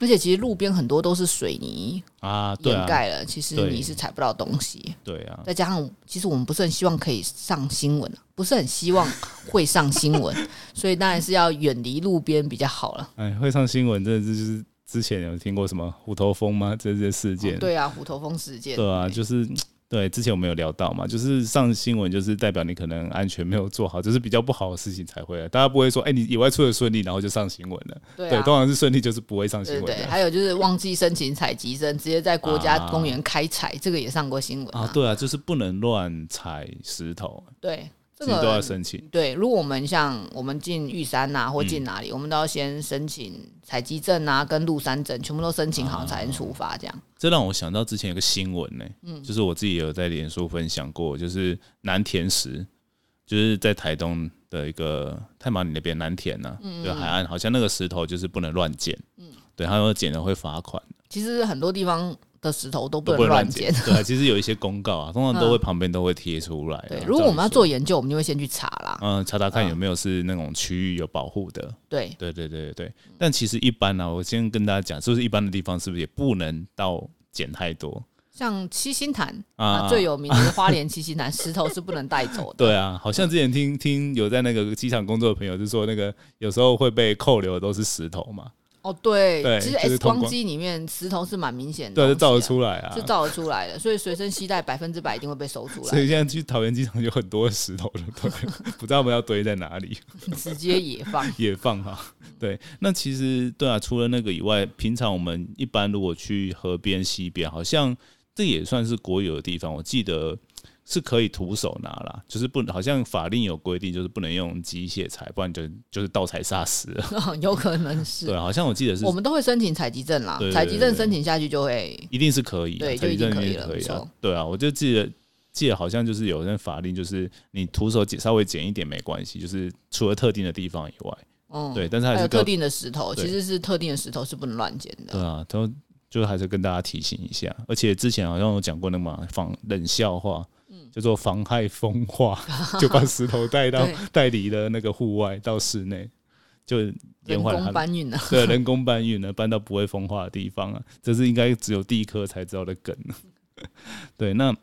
[SPEAKER 2] 而且其实路边很多都是水泥
[SPEAKER 1] 啊，对
[SPEAKER 2] 掩
[SPEAKER 1] 啊，
[SPEAKER 2] 盖了，其实
[SPEAKER 1] 对
[SPEAKER 2] 你是踩不到东西。
[SPEAKER 1] 对啊，
[SPEAKER 2] 再加上，其实我们不是很希望可以上新闻，啊不是很希望会上新
[SPEAKER 1] [LAUGHS]
[SPEAKER 2] 闻，所以当然是要远离路边比较好了。
[SPEAKER 1] 哎，会上新闻，真的就是之前有听过什么虎头蜂吗？这些事件，
[SPEAKER 2] 对啊，虎头蜂事件，
[SPEAKER 1] 对啊，就是对，之前我们有聊到嘛，就是上新闻就是代表你可能安全没有做好，就是比较不好的事情才会来，大家不会说，哎、你野外出的顺利，然后就上新闻了。
[SPEAKER 2] 对
[SPEAKER 1] 对，
[SPEAKER 2] 啊
[SPEAKER 1] 通。常是顺利就是不会上新
[SPEAKER 2] 对
[SPEAKER 1] 闻的。啊
[SPEAKER 2] 对，还有就是忘记申请采集证，直接在国家公园开采，这个也上过新闻
[SPEAKER 1] 啊，对啊，就是不能乱踩石头，
[SPEAKER 2] 对，这
[SPEAKER 1] 自己都要
[SPEAKER 2] 个
[SPEAKER 1] 申请。
[SPEAKER 2] 对，如果我们像我们进玉山呐、或
[SPEAKER 1] 嗯
[SPEAKER 2] 进哪里，我们都要先申请采集证啊，跟入山证，全部都申请好才
[SPEAKER 1] 啊
[SPEAKER 2] 能出发。这样，
[SPEAKER 1] 这让我想到之前有个新闻呢、
[SPEAKER 2] 嗯
[SPEAKER 1] 就是我自己有在脸书分享过，就是南田石，就是在台东的一个太麻里那边南田呐、
[SPEAKER 2] 嗯
[SPEAKER 1] 就海岸，好像那个石头就是不能乱捡，对，他说捡了会罚款，
[SPEAKER 2] 其实很多地方的石头都不
[SPEAKER 1] 都不能
[SPEAKER 2] 能乱
[SPEAKER 1] 乱
[SPEAKER 2] 捡 [LAUGHS] 嗯
[SPEAKER 1] 捡。。对啊，其实有一些公告啊，通常都会旁边都会贴出来啊。
[SPEAKER 2] 对，
[SPEAKER 1] 照
[SPEAKER 2] 如果我们要
[SPEAKER 1] 理说
[SPEAKER 2] 做，研究，我们就会先去查啦。
[SPEAKER 1] 嗯，查查看有没有是那种区域有保护的，
[SPEAKER 2] 对，
[SPEAKER 1] 对对对对对，
[SPEAKER 2] 嗯
[SPEAKER 1] 但其实一般呢、啊，我先跟大家讲，是不是一般的地方是不是也不能到减太多
[SPEAKER 2] 像七星潭
[SPEAKER 1] 啊？
[SPEAKER 2] 啊，最有名的是花莲七星潭，石头是不能带走的。
[SPEAKER 1] 对啊，好像之前听听有在那个机场工作的朋友就说，那个有时候会被扣留的都是石头嘛，
[SPEAKER 2] 哦，对，
[SPEAKER 1] 对
[SPEAKER 2] 其实
[SPEAKER 1] 就是
[SPEAKER 2] X
[SPEAKER 1] 通
[SPEAKER 2] 光
[SPEAKER 1] 光
[SPEAKER 2] 机里面石头是蛮明显的
[SPEAKER 1] 对，
[SPEAKER 2] 东西啊，
[SPEAKER 1] 就照得出来啊
[SPEAKER 2] 是。照得出来的，所以随身携带百分之百一定会被搜出
[SPEAKER 1] 所
[SPEAKER 2] 来，
[SPEAKER 1] 以现在去桃园机场有很多石头了，对，不知道我们要堆在哪
[SPEAKER 2] [LAUGHS]
[SPEAKER 1] 里，
[SPEAKER 2] 直接野放。 [LAUGHS]
[SPEAKER 1] 也放哈。对，那其实对啊，除了那个以外，平常我们一般如果去河边、溪边，好像这也算是国有的地方，我记得是可以徒手拿啦，就是不好像法令有规定，就是不能用机械采，不然就就是盗采杀死了。
[SPEAKER 2] 哦有可能是
[SPEAKER 1] 对，。好像我记得是
[SPEAKER 2] 我们都会申请采集证啦
[SPEAKER 1] 对，对
[SPEAKER 2] 采集证
[SPEAKER 1] 对
[SPEAKER 2] 申请下去就会，
[SPEAKER 1] 一定是可以啊，
[SPEAKER 2] 对
[SPEAKER 1] 采
[SPEAKER 2] 就
[SPEAKER 1] 集
[SPEAKER 2] 一定
[SPEAKER 1] 证
[SPEAKER 2] 可以
[SPEAKER 1] 定
[SPEAKER 2] 了
[SPEAKER 1] 可以
[SPEAKER 2] 没
[SPEAKER 1] 啊
[SPEAKER 2] 错。
[SPEAKER 1] 对啊，我就记得记得好像就是有那法令，就是你徒手剪稍微剪一点没关系，就是除了特定的地方以外，
[SPEAKER 2] 嗯，
[SPEAKER 1] 对，但是还
[SPEAKER 2] 还
[SPEAKER 1] 是
[SPEAKER 2] 有
[SPEAKER 1] 跟
[SPEAKER 2] 特定的石头，
[SPEAKER 1] 对
[SPEAKER 2] 其实是特定的石头是不能乱捡
[SPEAKER 1] 对
[SPEAKER 2] 的。
[SPEAKER 1] 啊，都就还是跟大家提醒一下。而且之前好像有讲过那个嘛防冷笑话。
[SPEAKER 2] 嗯
[SPEAKER 1] 叫做妨害风
[SPEAKER 2] [LAUGHS]
[SPEAKER 1] 化，就把石头带到
[SPEAKER 2] 对
[SPEAKER 1] [LAUGHS] 带离了那个户外到室内，就延
[SPEAKER 2] 人
[SPEAKER 1] 缓了它
[SPEAKER 2] 工
[SPEAKER 1] 的
[SPEAKER 2] 搬运啊， [LAUGHS]
[SPEAKER 1] 对，人工搬运呢，搬到不会风化的地方啊，这是应该只有地科才知道的梗。 [LAUGHS] 对，那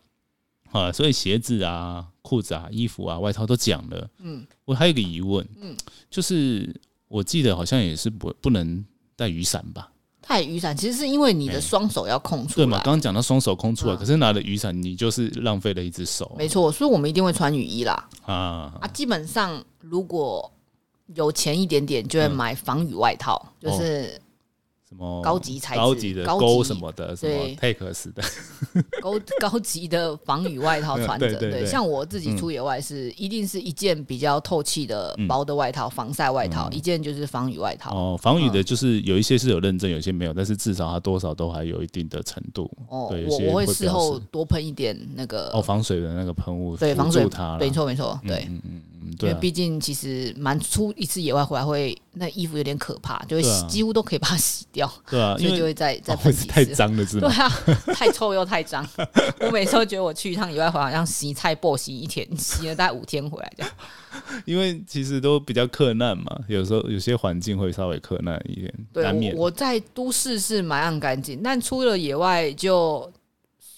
[SPEAKER 1] 啊，所以鞋子啊、裤子啊、衣服啊、外套都讲了。
[SPEAKER 2] 嗯，
[SPEAKER 1] 我还有一个疑问，嗯，就是我记得好像也是不不能带雨伞吧？
[SPEAKER 2] 太雨伞其实是因为你的双手要空出
[SPEAKER 1] 对嘛？
[SPEAKER 2] 来，嗯
[SPEAKER 1] 刚刚讲到双手空出来，可是拿了雨伞，你就是浪费了一只手
[SPEAKER 2] 没错，所以我们一定会穿雨衣啦。
[SPEAKER 1] 啊。
[SPEAKER 2] 啊，基本上如果有钱一点点，就会买防雨外
[SPEAKER 1] 哦
[SPEAKER 2] 套，就是
[SPEAKER 1] 什么
[SPEAKER 2] 高级材质
[SPEAKER 1] 高级的
[SPEAKER 2] 高级
[SPEAKER 1] 钩什么的，什么
[SPEAKER 2] 对
[SPEAKER 1] takes 的，
[SPEAKER 2] 高 [LAUGHS] 高级的防雨外套穿着。
[SPEAKER 1] 对对对嗯
[SPEAKER 2] 对，像我自己出野外是一定是一件比较透气的薄的外套，防晒外
[SPEAKER 1] 嗯
[SPEAKER 2] 套，一件就是防雨外套。
[SPEAKER 1] 哦，防雨的就是有一些是有认证，有些没有，但是至少它多少都还有一定的程度。
[SPEAKER 2] 哦，
[SPEAKER 1] 对有
[SPEAKER 2] 我
[SPEAKER 1] 些
[SPEAKER 2] 我
[SPEAKER 1] 会
[SPEAKER 2] 会
[SPEAKER 1] 标
[SPEAKER 2] 事后
[SPEAKER 1] 示
[SPEAKER 2] 多喷一点那个
[SPEAKER 1] 哦，防水的那个喷雾，
[SPEAKER 2] 对
[SPEAKER 1] 辅
[SPEAKER 2] 防水
[SPEAKER 1] 助它啦，
[SPEAKER 2] 没错没错，对，
[SPEAKER 1] 嗯，
[SPEAKER 2] 因
[SPEAKER 1] 对
[SPEAKER 2] 为
[SPEAKER 1] 啊，
[SPEAKER 2] 毕竟其实蛮出一次野外回来会那衣服有点可怕，就
[SPEAKER 1] 对
[SPEAKER 2] 会洗
[SPEAKER 1] 啊
[SPEAKER 2] 几乎都可以把它洗掉，
[SPEAKER 1] 对啊，
[SPEAKER 2] 所
[SPEAKER 1] 因
[SPEAKER 2] 以
[SPEAKER 1] [LAUGHS]
[SPEAKER 2] 就
[SPEAKER 1] 为
[SPEAKER 2] 会再再
[SPEAKER 1] 哦
[SPEAKER 2] 喷
[SPEAKER 1] 是
[SPEAKER 2] 几
[SPEAKER 1] 太
[SPEAKER 2] [LAUGHS] 次。
[SPEAKER 1] 脏了，是
[SPEAKER 2] 对
[SPEAKER 1] 吗？
[SPEAKER 2] 啊，太臭又太脏。 [LAUGHS] 我每次都觉得我去一趟野外回来，好像洗菜布洗一天，洗了大概五天回来这样。
[SPEAKER 1] 因为其实都比较克难嘛，有时候有些环境会稍微克难一点，难
[SPEAKER 2] 对，
[SPEAKER 1] 免
[SPEAKER 2] 我我在都市是蛮按干净，但出了野外就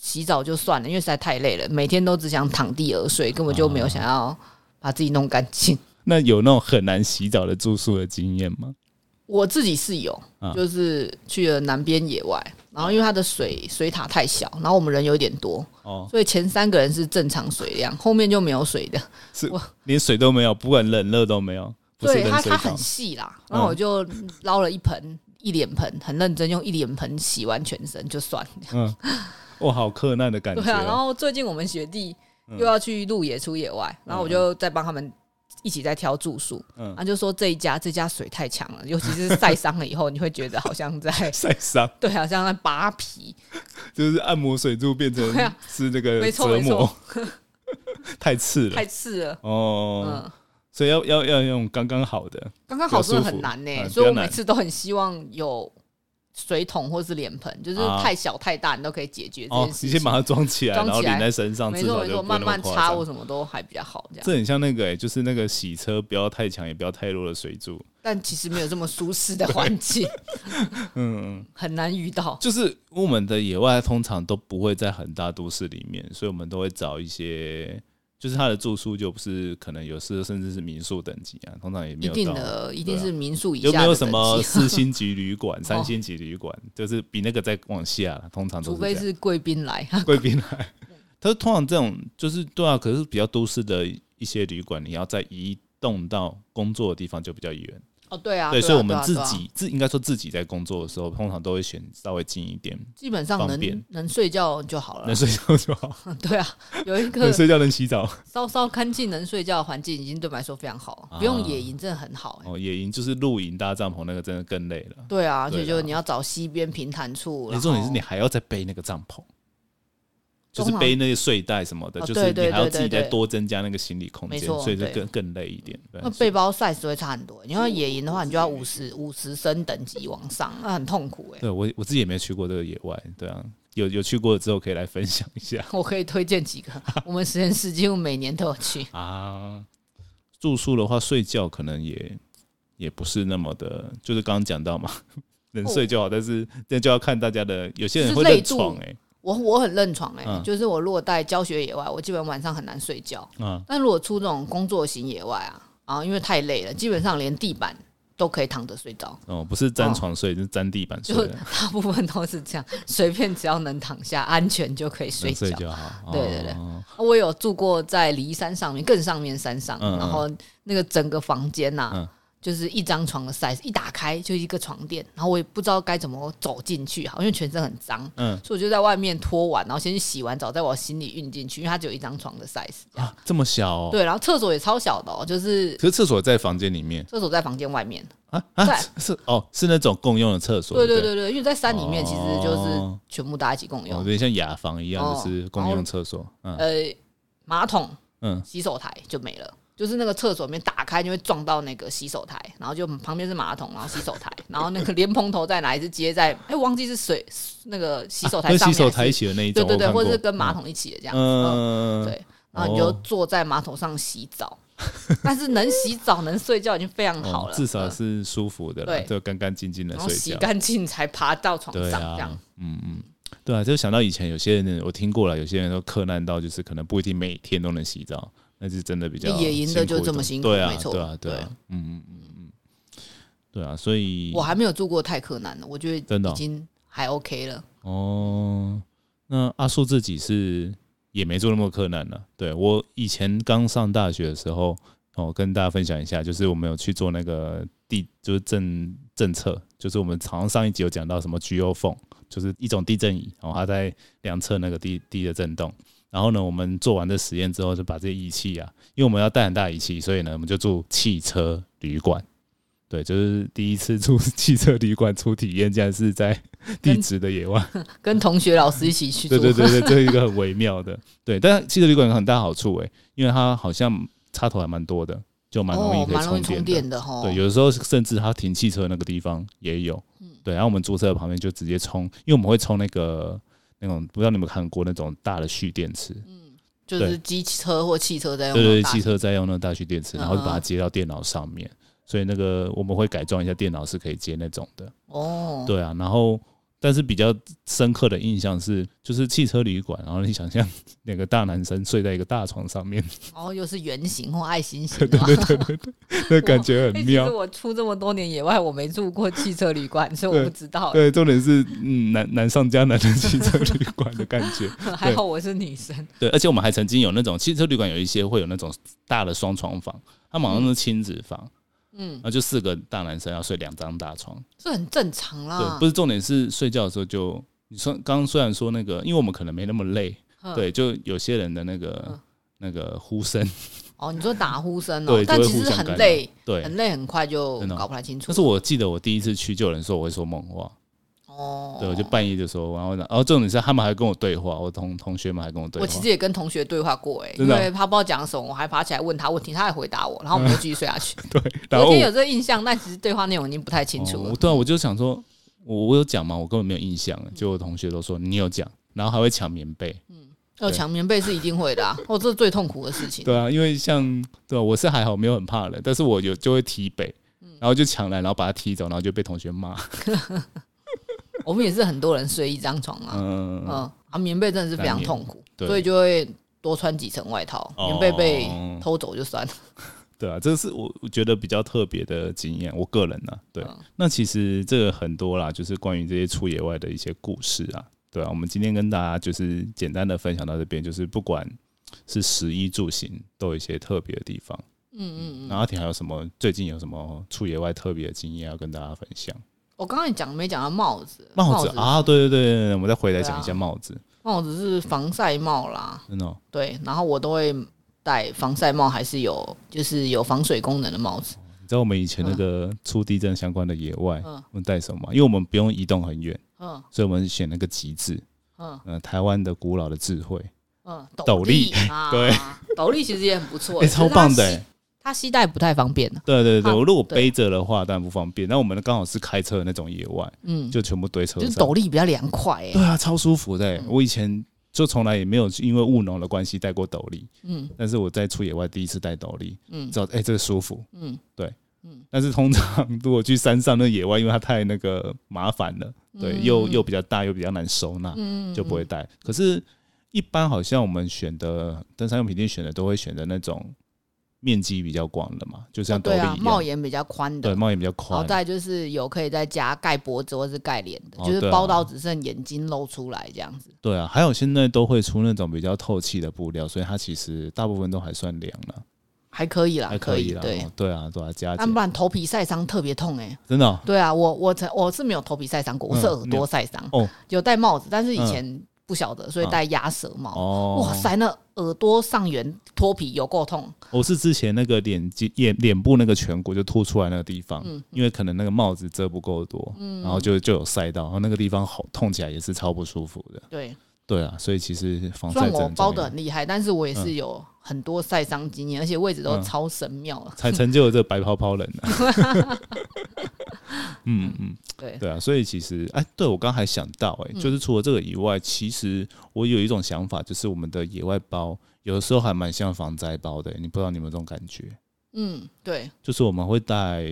[SPEAKER 2] 洗澡就算了，因为实在太累了，每天都只想躺地而睡，根本就没
[SPEAKER 1] 啊
[SPEAKER 2] 有想要把自己弄干净。
[SPEAKER 1] 那有那种很难洗澡的住宿的经验吗？
[SPEAKER 2] 我自己是有，
[SPEAKER 1] 啊
[SPEAKER 2] 就是去了南边野外，然后因为它的水水塔太小，然后我们人有一点多，
[SPEAKER 1] 哦，
[SPEAKER 2] 所以前三个人是正常水量，后面就没有水的。
[SPEAKER 1] 连水都没有，不管冷热都没有，不是
[SPEAKER 2] 对
[SPEAKER 1] 冷
[SPEAKER 2] 它
[SPEAKER 1] 水
[SPEAKER 2] 它
[SPEAKER 1] 澡嗯
[SPEAKER 2] 很细啦，然后我就捞了一盆一脸盆，很认真用一脸盆洗完全身就算。
[SPEAKER 1] 嗯，哇，好克难的感觉嗯
[SPEAKER 2] 对
[SPEAKER 1] 哦、
[SPEAKER 2] 啊，然后最近我们学弟又要去露野出野外，然后我就在帮他们一起在挑住宿，啊
[SPEAKER 1] 嗯
[SPEAKER 2] 他就说这一家这家水太强了，尤其是晒伤了以后，你会觉得好像
[SPEAKER 1] [LAUGHS]
[SPEAKER 2] 在
[SPEAKER 1] 晒伤
[SPEAKER 2] 对，好像在扒皮，
[SPEAKER 1] 就是按摩水柱变成
[SPEAKER 2] 对啊
[SPEAKER 1] 是那个
[SPEAKER 2] 没错
[SPEAKER 1] 折
[SPEAKER 2] 没
[SPEAKER 1] 磨 [LAUGHS]
[SPEAKER 2] 错，，
[SPEAKER 1] 太刺了
[SPEAKER 2] 太刺了。
[SPEAKER 1] 哦，
[SPEAKER 2] 嗯，
[SPEAKER 1] 所以要要要用刚刚好的，
[SPEAKER 2] 刚刚好真的
[SPEAKER 1] 比较舒服
[SPEAKER 2] 很难呢、
[SPEAKER 1] 嗯
[SPEAKER 2] 所以我
[SPEAKER 1] 比较难
[SPEAKER 2] 每次都很希望有水桶或是脸盆，就是
[SPEAKER 1] 啊
[SPEAKER 2] 太小太大你都可以解决这
[SPEAKER 1] 哦
[SPEAKER 2] 件，事
[SPEAKER 1] 你
[SPEAKER 2] 情。
[SPEAKER 1] 先把它装起来，
[SPEAKER 2] 装
[SPEAKER 1] 然
[SPEAKER 2] 起
[SPEAKER 1] 后
[SPEAKER 2] 来
[SPEAKER 1] 淋在身上，
[SPEAKER 2] 没
[SPEAKER 1] 至
[SPEAKER 2] 错
[SPEAKER 1] 少
[SPEAKER 2] 没
[SPEAKER 1] 就
[SPEAKER 2] 错，
[SPEAKER 1] 不会
[SPEAKER 2] 慢
[SPEAKER 1] 那么
[SPEAKER 2] 慢
[SPEAKER 1] 夸
[SPEAKER 2] 擦或
[SPEAKER 1] 张。
[SPEAKER 2] 什么都还比较好这样。
[SPEAKER 1] 这很像那个哎、就是那个洗车不要太强，也不要太弱的水柱。
[SPEAKER 2] 但其实没有这么舒适的环境，
[SPEAKER 1] [LAUGHS] 嗯，嗯，
[SPEAKER 2] 很难遇到。
[SPEAKER 1] 就是我们的野外通常都不会在很大都市里面，所以我们都会找一些，就是它的住宿就不是可能有时甚至是民宿等级啊，通常也没
[SPEAKER 2] 一
[SPEAKER 1] 有
[SPEAKER 2] 定
[SPEAKER 1] 到啊
[SPEAKER 2] 的，一定是民宿以
[SPEAKER 1] 有没
[SPEAKER 2] 下
[SPEAKER 1] 有
[SPEAKER 2] 的
[SPEAKER 1] 什
[SPEAKER 2] 等
[SPEAKER 1] 么
[SPEAKER 2] 级，哦
[SPEAKER 1] 四
[SPEAKER 2] [LAUGHS]
[SPEAKER 1] 星级旅馆、三星级旅馆，就是比那个再往下啦，通常都是
[SPEAKER 2] 除
[SPEAKER 1] 这
[SPEAKER 2] 非
[SPEAKER 1] 样。
[SPEAKER 2] 是贵宾来。 [LAUGHS]
[SPEAKER 1] [LAUGHS] 贵宾来，他通常这种就是对啊，可是比较都市的一些旅馆，你要再移动到工作的地方就比较远。
[SPEAKER 2] 哦，对啊，
[SPEAKER 1] 对，
[SPEAKER 2] 啊
[SPEAKER 1] 所以我们
[SPEAKER 2] 对啊
[SPEAKER 1] 自
[SPEAKER 2] 对啊
[SPEAKER 1] 己自应该说自己在工作的时候，通常都会选稍微近一点，
[SPEAKER 2] 基本上
[SPEAKER 1] 方便
[SPEAKER 2] 能能睡觉就好了
[SPEAKER 1] 能。睡觉就
[SPEAKER 2] [LAUGHS]
[SPEAKER 1] 好，
[SPEAKER 2] 对啊，有一
[SPEAKER 1] 能
[SPEAKER 2] 个
[SPEAKER 1] 睡觉能洗澡。
[SPEAKER 2] 稍稍干净能睡觉的环境，已经对我们来说非常好
[SPEAKER 1] 啊
[SPEAKER 2] 了，不用野营真的很好。欸
[SPEAKER 1] 哦，野营就是露营搭帐篷那个真的更累了。
[SPEAKER 2] 对啊，而
[SPEAKER 1] 对啊哎
[SPEAKER 2] 且就你要找西边平坦处，
[SPEAKER 1] 你
[SPEAKER 2] 然
[SPEAKER 1] 重点是
[SPEAKER 2] 后
[SPEAKER 1] 你还要再背那个帐篷，就是
[SPEAKER 2] 通常
[SPEAKER 1] 背那些睡袋什么的，
[SPEAKER 2] 哦
[SPEAKER 1] 就是
[SPEAKER 2] 对
[SPEAKER 1] 你
[SPEAKER 2] 对
[SPEAKER 1] 还要
[SPEAKER 2] 对
[SPEAKER 1] 自己
[SPEAKER 2] 对
[SPEAKER 1] 再
[SPEAKER 2] 对
[SPEAKER 1] 多增加那个行李空间，
[SPEAKER 2] 没错
[SPEAKER 1] 所以就
[SPEAKER 2] 对
[SPEAKER 1] 更更累一点。对
[SPEAKER 2] 那背包 size 会差很多。欸你要野营的话，你就要五十五十升等级往上，那很痛苦哎。
[SPEAKER 1] 对我我自己也没去过这个野外，对啊，有有去过之后可以来分享一下
[SPEAKER 2] [LAUGHS] 我可以推荐几个，我们实验室几乎每年都有去。
[SPEAKER 1] [LAUGHS] 啊。住宿的话，睡觉可能也也不是那么的，就是刚刚讲到嘛，能睡就好，但是这就要看大家的，有些人会
[SPEAKER 2] 哦就是
[SPEAKER 1] 认
[SPEAKER 2] 累度
[SPEAKER 1] 床哎、
[SPEAKER 2] 我我很认床哎、
[SPEAKER 1] 嗯
[SPEAKER 2] 就是我如果带教学野外，我基本晚上很难睡觉。
[SPEAKER 1] 啊，
[SPEAKER 2] 但如果出这种工作型野外啊，啊，因为太累了，基本上连地板都可以躺着睡着，
[SPEAKER 1] 哦，不是粘
[SPEAKER 2] 哦
[SPEAKER 1] 床睡，是粘地板睡
[SPEAKER 2] 就
[SPEAKER 1] 的，
[SPEAKER 2] 大部分都是这样，随便只要能躺下，安全就可以睡
[SPEAKER 1] 能
[SPEAKER 2] 觉
[SPEAKER 1] 睡。就好。
[SPEAKER 2] 对对对
[SPEAKER 1] 哦
[SPEAKER 2] 我有住过在离山上面更上面山上，
[SPEAKER 1] 嗯嗯
[SPEAKER 2] 然后那个整个房间呐、
[SPEAKER 1] 嗯
[SPEAKER 2] 就是一张床的 size，一打开就一个床垫，然后我也不知道该怎么走进去，啊好，因为全身很脏，
[SPEAKER 1] 嗯
[SPEAKER 2] 所以我就在外面脱完，然后先去洗完澡，再往行李运进去，因为它只有一张床的 size 这样。
[SPEAKER 1] 啊，这么小哦。
[SPEAKER 2] 对，然后厕所也超小的哦，就是
[SPEAKER 1] 可是厕所在房间里面
[SPEAKER 2] 厕所在房间外面。
[SPEAKER 1] 啊啊
[SPEAKER 2] 在
[SPEAKER 1] 是是哦，是那种共用的厕所。
[SPEAKER 2] 对
[SPEAKER 1] 对
[SPEAKER 2] 对
[SPEAKER 1] 不
[SPEAKER 2] 对对，因为在山里面其实就是
[SPEAKER 1] 哦
[SPEAKER 2] 全部大家一起共
[SPEAKER 1] 哦，有
[SPEAKER 2] 用，
[SPEAKER 1] 点像雅房一样，
[SPEAKER 2] 哦
[SPEAKER 1] 就是共用厕所。嗯
[SPEAKER 2] 呃，马桶、
[SPEAKER 1] 嗯，
[SPEAKER 2] 洗手台就没了。就是那个厕所里面打开就会撞到那个洗手台，然后就旁边是马桶，然后洗手台，然后那个莲蓬头在哪里是接在，哎、忘记是水那个洗手台
[SPEAKER 1] 啊跟洗
[SPEAKER 2] 上面还是、
[SPEAKER 1] 手台一起的那一
[SPEAKER 2] 对
[SPEAKER 1] 种，
[SPEAKER 2] 对对，
[SPEAKER 1] 我看
[SPEAKER 2] 或
[SPEAKER 1] 过
[SPEAKER 2] 者是跟马桶一起的这样子。嗯
[SPEAKER 1] 嗯，
[SPEAKER 2] 对，然后你就坐在马桶上洗澡，
[SPEAKER 1] [LAUGHS]
[SPEAKER 2] 但是能洗澡能睡觉已经非常
[SPEAKER 1] 哦
[SPEAKER 2] 好了，
[SPEAKER 1] 至少
[SPEAKER 2] 嗯
[SPEAKER 1] 是舒服的啦，
[SPEAKER 2] 对
[SPEAKER 1] 就干干净净的
[SPEAKER 2] 然后洗
[SPEAKER 1] 睡觉。
[SPEAKER 2] 干净才爬到床
[SPEAKER 1] 对
[SPEAKER 2] 上这
[SPEAKER 1] 啊
[SPEAKER 2] 样。，
[SPEAKER 1] 嗯嗯，对啊，就想到以前有些人，我听过了，有些人都克难到就是可能不一定每天都能洗澡，那是真的比较
[SPEAKER 2] 野营的就这么辛苦
[SPEAKER 1] 苦一点，对啊，
[SPEAKER 2] 没错
[SPEAKER 1] 对啊，对
[SPEAKER 2] 对
[SPEAKER 1] 啊，嗯嗯嗯嗯，对啊，所以
[SPEAKER 2] 我还没有住过太克难的，我觉得
[SPEAKER 1] 真的哦
[SPEAKER 2] 已经还 OK 了。
[SPEAKER 1] 哦，那阿树自己是也没做那么困难了、对我以前刚上大学的时候，哦，跟大家分享一下，就是我们有去做那个地，就是政政策，就是我们好像上一集有讲到什么 GO 缝，就是一种地震仪，然、哦、后它在量测那个地地的震动。然后呢，我们做完这实验之后，就把这些仪器啊，因为我们要带很大的仪器，所以呢，我们就住汽车旅馆。对，就是第一次住汽车旅馆出体验，竟然是在地
[SPEAKER 2] 跟
[SPEAKER 1] 质的野外。
[SPEAKER 2] 跟同学、老师一起去
[SPEAKER 1] 嗯
[SPEAKER 2] 住，
[SPEAKER 1] 对对
[SPEAKER 2] [LAUGHS]
[SPEAKER 1] 对对，这是一个很微妙的。对，但汽车旅馆有很大好处诶、欸因为它好像插头还蛮多的，就蛮容易
[SPEAKER 2] 哦，
[SPEAKER 1] 可
[SPEAKER 2] 蛮容
[SPEAKER 1] 以
[SPEAKER 2] 易充
[SPEAKER 1] 充电的。
[SPEAKER 2] 的哦哈。
[SPEAKER 1] 对，有的时候甚至它停汽车那个地方也有。
[SPEAKER 2] 嗯
[SPEAKER 1] 对，然后我们租车旁边就直接充，因为我们会充那个那种，不知道你们有没有看过那种大的蓄电池，
[SPEAKER 2] 就是机车或汽车在用
[SPEAKER 1] 对
[SPEAKER 2] 那
[SPEAKER 1] 对，
[SPEAKER 2] 种大
[SPEAKER 1] 汽车在用那个大蓄电池，然后就把它
[SPEAKER 2] 嗯嗯
[SPEAKER 1] 接到电脑上面。所以那个我们会改装一下电脑是可以接那种的。
[SPEAKER 2] 哦，
[SPEAKER 1] 对啊，然后但是比较深刻的印象是，就是汽车旅馆，然后你想象 [LAUGHS] 两个大男生睡在一个大床上面，
[SPEAKER 2] 然哦后又是圆形或爱心形
[SPEAKER 1] 对
[SPEAKER 2] 的嘛。
[SPEAKER 1] 对对对对，那感觉
[SPEAKER 2] 欸
[SPEAKER 1] 很
[SPEAKER 2] 其实
[SPEAKER 1] 妙。
[SPEAKER 2] 我出这么多年野外，我没住过汽车旅
[SPEAKER 1] [LAUGHS]
[SPEAKER 2] 馆，所以我
[SPEAKER 1] 对
[SPEAKER 2] 不知道。
[SPEAKER 1] 对，重点是嗯，难难上加难的汽车旅馆的感觉。
[SPEAKER 2] 还好我是女生，
[SPEAKER 1] [LAUGHS] 对，而且我们还曾经有那种汽车旅馆，有一些会有那种大的双床房，他们好像是亲子房，
[SPEAKER 2] 嗯
[SPEAKER 1] 然，后就四个大男生要睡两张大床。
[SPEAKER 2] 这很正常啦。
[SPEAKER 1] 对，不是重点是睡觉的时候就你说刚刚虽然说那个，因为我们可能没那么累，
[SPEAKER 2] 嗯
[SPEAKER 1] 对，就有些人的那个、
[SPEAKER 2] 嗯
[SPEAKER 1] 那个呼声，
[SPEAKER 2] 哦，你说打呼声哦
[SPEAKER 1] 对，，
[SPEAKER 2] 但
[SPEAKER 1] 就会
[SPEAKER 2] 其
[SPEAKER 1] 互
[SPEAKER 2] 实
[SPEAKER 1] 相
[SPEAKER 2] 很
[SPEAKER 1] 干扰
[SPEAKER 2] 累，，
[SPEAKER 1] 对
[SPEAKER 2] 很。累，很快就
[SPEAKER 1] 真的哦
[SPEAKER 2] 搞不太清楚
[SPEAKER 1] 但。是我记得我第一次去，就有人说我会说梦话，
[SPEAKER 2] 哦，
[SPEAKER 1] 对，我就半夜就说，然后然后重点是他们还跟我对话，我同同学们还跟我对
[SPEAKER 2] 我
[SPEAKER 1] 话，
[SPEAKER 2] 其实也跟同学对话过、哎，因
[SPEAKER 1] 真的啊
[SPEAKER 2] 为他不知道讲什么，我还爬起来问他问题，他还回答我，然后我们就继续睡
[SPEAKER 1] [LAUGHS]
[SPEAKER 2] 下去。
[SPEAKER 1] 对，然
[SPEAKER 2] 我
[SPEAKER 1] 后
[SPEAKER 2] 今
[SPEAKER 1] 我
[SPEAKER 2] 天有这个印象，但其实对话内容已经不太清楚
[SPEAKER 1] 哦
[SPEAKER 2] 了。嗯
[SPEAKER 1] 我对啊，我就想说，我我有讲吗？我根本没有印象，就我同学都说你有讲，然后还会抢棉被，
[SPEAKER 2] 要抢棉被是一定会
[SPEAKER 1] [LAUGHS]
[SPEAKER 2] 的、啊，哦，这是最痛苦的事情。
[SPEAKER 1] 对啊，因为像对、啊、我是还好，没有很怕冷，但是我有就会踢北，
[SPEAKER 2] 嗯
[SPEAKER 1] 然后就抢来，然后把他踢走，然后就被同学骂，
[SPEAKER 2] 我们也是很多人睡一张床啊，
[SPEAKER 1] 嗯，
[SPEAKER 2] 嗯啊，棉被真的是非常痛苦，
[SPEAKER 1] 对
[SPEAKER 2] 所以就会多穿几层外套，
[SPEAKER 1] 哦
[SPEAKER 2] 棉被被偷走就算了。
[SPEAKER 1] 对啊，这是我我觉得比较特别的经验，我个人呢、对，
[SPEAKER 2] 嗯
[SPEAKER 1] 那其实这个很多啦，就是关于这些出野外的一些故事啊，对啊，我们今天跟大家就是简单的分享到这边，就是不管是食衣住行都有一些特别的地方。
[SPEAKER 2] 嗯嗯嗯，
[SPEAKER 1] 那阿婷还有什么最近有什么出野外特别的经验要跟大家分享？
[SPEAKER 2] 我刚刚也讲没讲到嗯帽子，
[SPEAKER 1] 帽子
[SPEAKER 2] 子，
[SPEAKER 1] 啊，对对对，我们再回来
[SPEAKER 2] 对啊
[SPEAKER 1] 讲一下帽子，
[SPEAKER 2] 帽子是防晒帽啦，
[SPEAKER 1] 真的哦、
[SPEAKER 2] 对，然后我都会戴防晒帽，还是有就是有防水功能的帽子。
[SPEAKER 1] 你知道我们以前那个出地震相关的野外，
[SPEAKER 2] 嗯
[SPEAKER 1] 我们带什么吗？因为我们不用移动很远，
[SPEAKER 2] 嗯
[SPEAKER 1] 所以我们选那个极致，
[SPEAKER 2] 嗯
[SPEAKER 1] 呃，台湾的古老的智慧，
[SPEAKER 2] 嗯，
[SPEAKER 1] 斗笠 [LAUGHS]
[SPEAKER 2] 啊，
[SPEAKER 1] 对，
[SPEAKER 2] 斗笠其实也很不错，
[SPEAKER 1] 哎、超棒的、
[SPEAKER 2] 只
[SPEAKER 1] 欸
[SPEAKER 2] 是它。系，它系带不太方便呢。
[SPEAKER 1] 对对对，
[SPEAKER 2] 啊
[SPEAKER 1] 我如果
[SPEAKER 2] 对
[SPEAKER 1] 背着的话，当然不方便。那我们刚好是开车的那种野外，
[SPEAKER 2] 嗯，
[SPEAKER 1] 就全部堆车
[SPEAKER 2] 就是
[SPEAKER 1] 上
[SPEAKER 2] 斗。嗯笠比较凉快哎
[SPEAKER 1] 对。啊，超舒服的欸、我以前就从来也没有因为务农的关系戴过斗笠，
[SPEAKER 2] 嗯
[SPEAKER 1] 但是我在出野外第一次戴斗笠，
[SPEAKER 2] 嗯
[SPEAKER 1] 知道哎、这个舒服。
[SPEAKER 2] 嗯
[SPEAKER 1] 但是通常如果去山上那野外，因为它太那个麻烦了，对，又又比较大，又比较难收纳，
[SPEAKER 2] 嗯，
[SPEAKER 1] 就不会戴。可是，一般好像我们选的登山用品店选的都会选择那种面积比较广的嘛，就像斗笠
[SPEAKER 2] 对啊，
[SPEAKER 1] 一
[SPEAKER 2] 帽
[SPEAKER 1] 样，
[SPEAKER 2] 檐比较宽
[SPEAKER 1] 对，
[SPEAKER 2] 的。哦
[SPEAKER 1] 帽檐比较
[SPEAKER 2] 然后
[SPEAKER 1] 宽。
[SPEAKER 2] 再就是有可以再加盖脖子或是盖脸的，
[SPEAKER 1] 哦
[SPEAKER 2] 就是
[SPEAKER 1] 对啊
[SPEAKER 2] 包到只剩眼睛露出来这样子。
[SPEAKER 1] 对啊，还有现在都会出那种比较透气的布料，所以它其实大部分都还算凉了，
[SPEAKER 2] 还可以啦，
[SPEAKER 1] 还
[SPEAKER 2] 啊可
[SPEAKER 1] 以啦。
[SPEAKER 2] 对
[SPEAKER 1] 哦，对啊，对啊，加
[SPEAKER 2] 但
[SPEAKER 1] 减
[SPEAKER 2] 不然头皮晒伤特别痛哎、
[SPEAKER 1] 真的哦、
[SPEAKER 2] 对啊，我我曾我是没有头皮晒伤过，我是
[SPEAKER 1] 嗯
[SPEAKER 2] 耳朵晒伤、
[SPEAKER 1] 有哦嗯
[SPEAKER 2] 有戴帽子，但是以前不晓得，所以戴鸭舌帽。
[SPEAKER 1] 哦，
[SPEAKER 2] 哇！塞，那耳朵上缘脱皮有够痛，
[SPEAKER 1] 我是之前那个脸肌脸脸部那个颧骨就凸出来那个地方，
[SPEAKER 2] 嗯
[SPEAKER 1] 因为可能那个帽子遮不够多，然后就就有晒到，然后那个地方好痛起来也是超不舒服的。
[SPEAKER 2] 对，
[SPEAKER 1] 对啊，所以其实防
[SPEAKER 2] 虽
[SPEAKER 1] 晒真
[SPEAKER 2] 然
[SPEAKER 1] 的
[SPEAKER 2] 我
[SPEAKER 1] 很
[SPEAKER 2] 包
[SPEAKER 1] 重
[SPEAKER 2] 的
[SPEAKER 1] 要，
[SPEAKER 2] 很厉害，但是我也是有很多晒伤经验，而且位置都
[SPEAKER 1] 嗯
[SPEAKER 2] 超神妙啊了。
[SPEAKER 1] 才成就了这白泡泡人啊。
[SPEAKER 2] [LAUGHS]
[SPEAKER 1] 嗯嗯，
[SPEAKER 2] 对，
[SPEAKER 1] 对啊，所以其实哎，对我刚还想到哎、
[SPEAKER 2] 嗯
[SPEAKER 1] 就是除了这个以外，其实我有一种想法，就是我们的野外包有的时候还蛮像防灾包的、你不知道你们有这种感觉？
[SPEAKER 2] 嗯，对，
[SPEAKER 1] 就是我们会带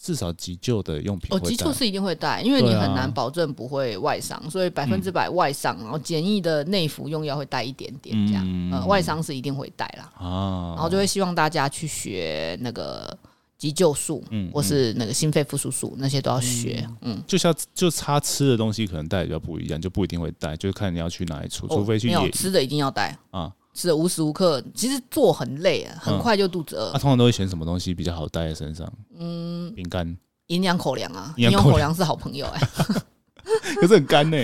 [SPEAKER 1] 至少急救的用品
[SPEAKER 2] 哦，
[SPEAKER 1] 会带，
[SPEAKER 2] 急救是一定会戴，因为你
[SPEAKER 1] 对啊嗯
[SPEAKER 2] 很难保证不会外伤，所以百分之百外伤，然后简易的内服用药会带一点点这样，
[SPEAKER 1] 嗯
[SPEAKER 2] 呃，外伤是一定会带啦。
[SPEAKER 1] 啊，
[SPEAKER 2] 然后就会希望大家去学那个急救术，
[SPEAKER 1] 嗯
[SPEAKER 2] 或是那个心肺复苏术，那些都要学。嗯，
[SPEAKER 1] 就像就差吃的东西，可能带比较不一样，就不一定会带，就是看你要去哪里出，
[SPEAKER 2] 哦
[SPEAKER 1] 除非去
[SPEAKER 2] 没
[SPEAKER 1] 野
[SPEAKER 2] 有吃的一定要带
[SPEAKER 1] 啊。
[SPEAKER 2] 吃的无时无刻，其实做很累啊，很
[SPEAKER 1] 嗯
[SPEAKER 2] 快就肚子饿
[SPEAKER 1] 啊，。通常都会选什么东西比较好带在身上？嗯，饼干，
[SPEAKER 2] 营养口粮啊，
[SPEAKER 1] 营
[SPEAKER 2] 营
[SPEAKER 1] 养
[SPEAKER 2] 养
[SPEAKER 1] 口
[SPEAKER 2] 口粮是好朋友哎、
[SPEAKER 1] 可是很干呢、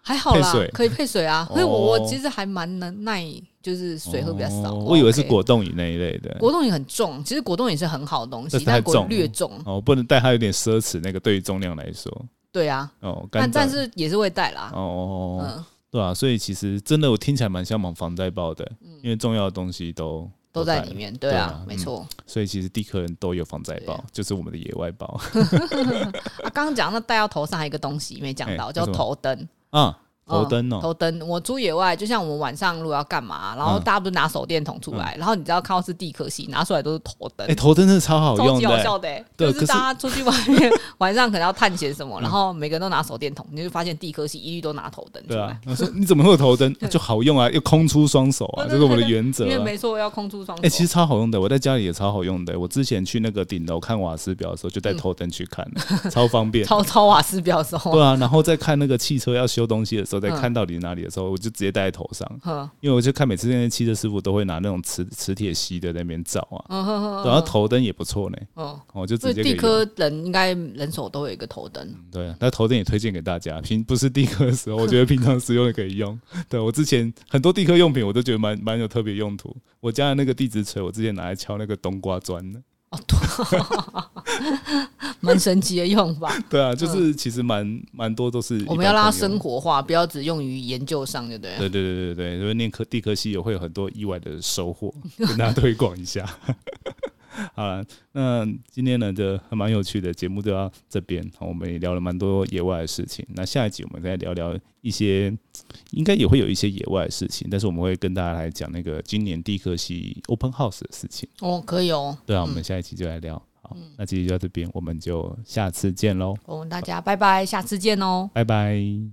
[SPEAKER 2] 还好啦
[SPEAKER 1] 配水，
[SPEAKER 2] 可以配水啊。所以我
[SPEAKER 1] 哦
[SPEAKER 2] 我其实还蛮能耐，就是 [LAUGHS] 水喝比较少。
[SPEAKER 1] 哦我以为是
[SPEAKER 2] OK
[SPEAKER 1] 果冻饮那一类的。
[SPEAKER 2] 果冻也很重，其实果冻也是很好的东
[SPEAKER 1] 但
[SPEAKER 2] 西，
[SPEAKER 1] 是太
[SPEAKER 2] 但果
[SPEAKER 1] 重
[SPEAKER 2] 略
[SPEAKER 1] 了
[SPEAKER 2] 重。
[SPEAKER 1] 哦，不能带它有点奢侈，那个对于重量来说，
[SPEAKER 2] 对啊，
[SPEAKER 1] 哦，干
[SPEAKER 2] 但但
[SPEAKER 1] 燥
[SPEAKER 2] 是也是会带啦。
[SPEAKER 1] 哦哦，哦
[SPEAKER 2] 嗯，
[SPEAKER 1] 对啊，所以其实真的我听起来蛮像防防灾包的，因为重要的东西都
[SPEAKER 2] 嗯都在里
[SPEAKER 1] 了
[SPEAKER 2] 面。对
[SPEAKER 1] 对
[SPEAKER 2] 啊
[SPEAKER 1] 啊，
[SPEAKER 2] 没
[SPEAKER 1] 嗯
[SPEAKER 2] 错。
[SPEAKER 1] 所以其实地壳人都有防灾
[SPEAKER 2] 对啊
[SPEAKER 1] 包，就是我们的野外包
[SPEAKER 2] 啊，刚刚讲那戴到头上还有一个东西没讲到，
[SPEAKER 1] 哎
[SPEAKER 2] 叫
[SPEAKER 1] 那什么
[SPEAKER 2] 头灯。
[SPEAKER 1] 啊。头灯哦，
[SPEAKER 2] 头灯，我出野外，就像我们晚上如果要干嘛，然后
[SPEAKER 1] 嗯
[SPEAKER 2] 大家不是拿手电筒出来，然后你知道看到是地可惜，拿出来都是头灯
[SPEAKER 1] 哎、，头灯真的超好
[SPEAKER 2] 超
[SPEAKER 1] 用
[SPEAKER 2] 级
[SPEAKER 1] 的、
[SPEAKER 2] 好
[SPEAKER 1] 欸
[SPEAKER 2] 笑的、欸。
[SPEAKER 1] 对
[SPEAKER 2] 就是
[SPEAKER 1] 可是嗯
[SPEAKER 2] 大家出去外
[SPEAKER 1] [LAUGHS]
[SPEAKER 2] 面晚上可能要探险什么，然后每个人都拿手电筒，你就发现地可惜一律都拿头灯出
[SPEAKER 1] 对啊
[SPEAKER 2] 来，，
[SPEAKER 1] 我说你怎么会有头灯？就好用啊，又空出双手啊，
[SPEAKER 2] 对对
[SPEAKER 1] 这是我们的原则、
[SPEAKER 2] 因为
[SPEAKER 1] 啊。
[SPEAKER 2] 没错要空出双手。
[SPEAKER 1] 哎、其实超好用的，我在家里也超好用的。我之前去那个顶楼看瓦斯表的时候，就带头灯去看 [LAUGHS] 了，超方便。
[SPEAKER 2] [LAUGHS] 嗯超超瓦斯表的时
[SPEAKER 1] 对
[SPEAKER 2] [LAUGHS] 候，
[SPEAKER 1] 啊，然后在看那个汽车要修东西的时候，在
[SPEAKER 2] 嗯
[SPEAKER 1] 看到底哪里的时候，我就直接戴在头上，
[SPEAKER 2] 呵
[SPEAKER 1] 因为我就看每次那些汽车师傅都会拿那种磁磁铁吸的在那边照啊，
[SPEAKER 2] 嗯呵呵
[SPEAKER 1] 然后头灯也不错呢，
[SPEAKER 2] 嗯，
[SPEAKER 1] 我就
[SPEAKER 2] 所
[SPEAKER 1] 直
[SPEAKER 2] 以
[SPEAKER 1] 接
[SPEAKER 2] 地
[SPEAKER 1] 可以用嗯
[SPEAKER 2] 科人应该人手都有一个头灯，
[SPEAKER 1] 对，啊那头灯也推荐给大家。平不是地科的时候，我觉得平常使用也可以用。 [LAUGHS] 对我之前很多地科用品，我都觉得蛮蛮有特别用途。我家的那个地质锤，我之前拿来敲那个冬瓜砖的。
[SPEAKER 2] 哦，对，蛮神奇的
[SPEAKER 1] [LAUGHS]
[SPEAKER 2] 用法。
[SPEAKER 1] 对啊，就是其实蛮蛮多都是
[SPEAKER 2] 嗯我们要让它生
[SPEAKER 1] 生。
[SPEAKER 2] 活化，不要只用于研究上，对不对？
[SPEAKER 1] 对对对对对，因为念科地科系也会有很多意外的收
[SPEAKER 2] [LAUGHS]
[SPEAKER 1] 获，跟大家推广一下。好了，那今天呢，这还蛮有趣的节目就到这边，好我们也聊了蛮多野外的事情。那下一集我们再聊聊一些，应该也会有一些野外的事情，但是我们会跟大家来讲那个今年地科系 Open House 的事情。
[SPEAKER 2] 哦，可以哦，
[SPEAKER 1] 对啊，我们下一期就来聊。好，
[SPEAKER 2] 嗯
[SPEAKER 1] 那这集就到这边，我们就下次见喽，
[SPEAKER 2] 我们大家拜拜，下次见哦。
[SPEAKER 1] 拜拜。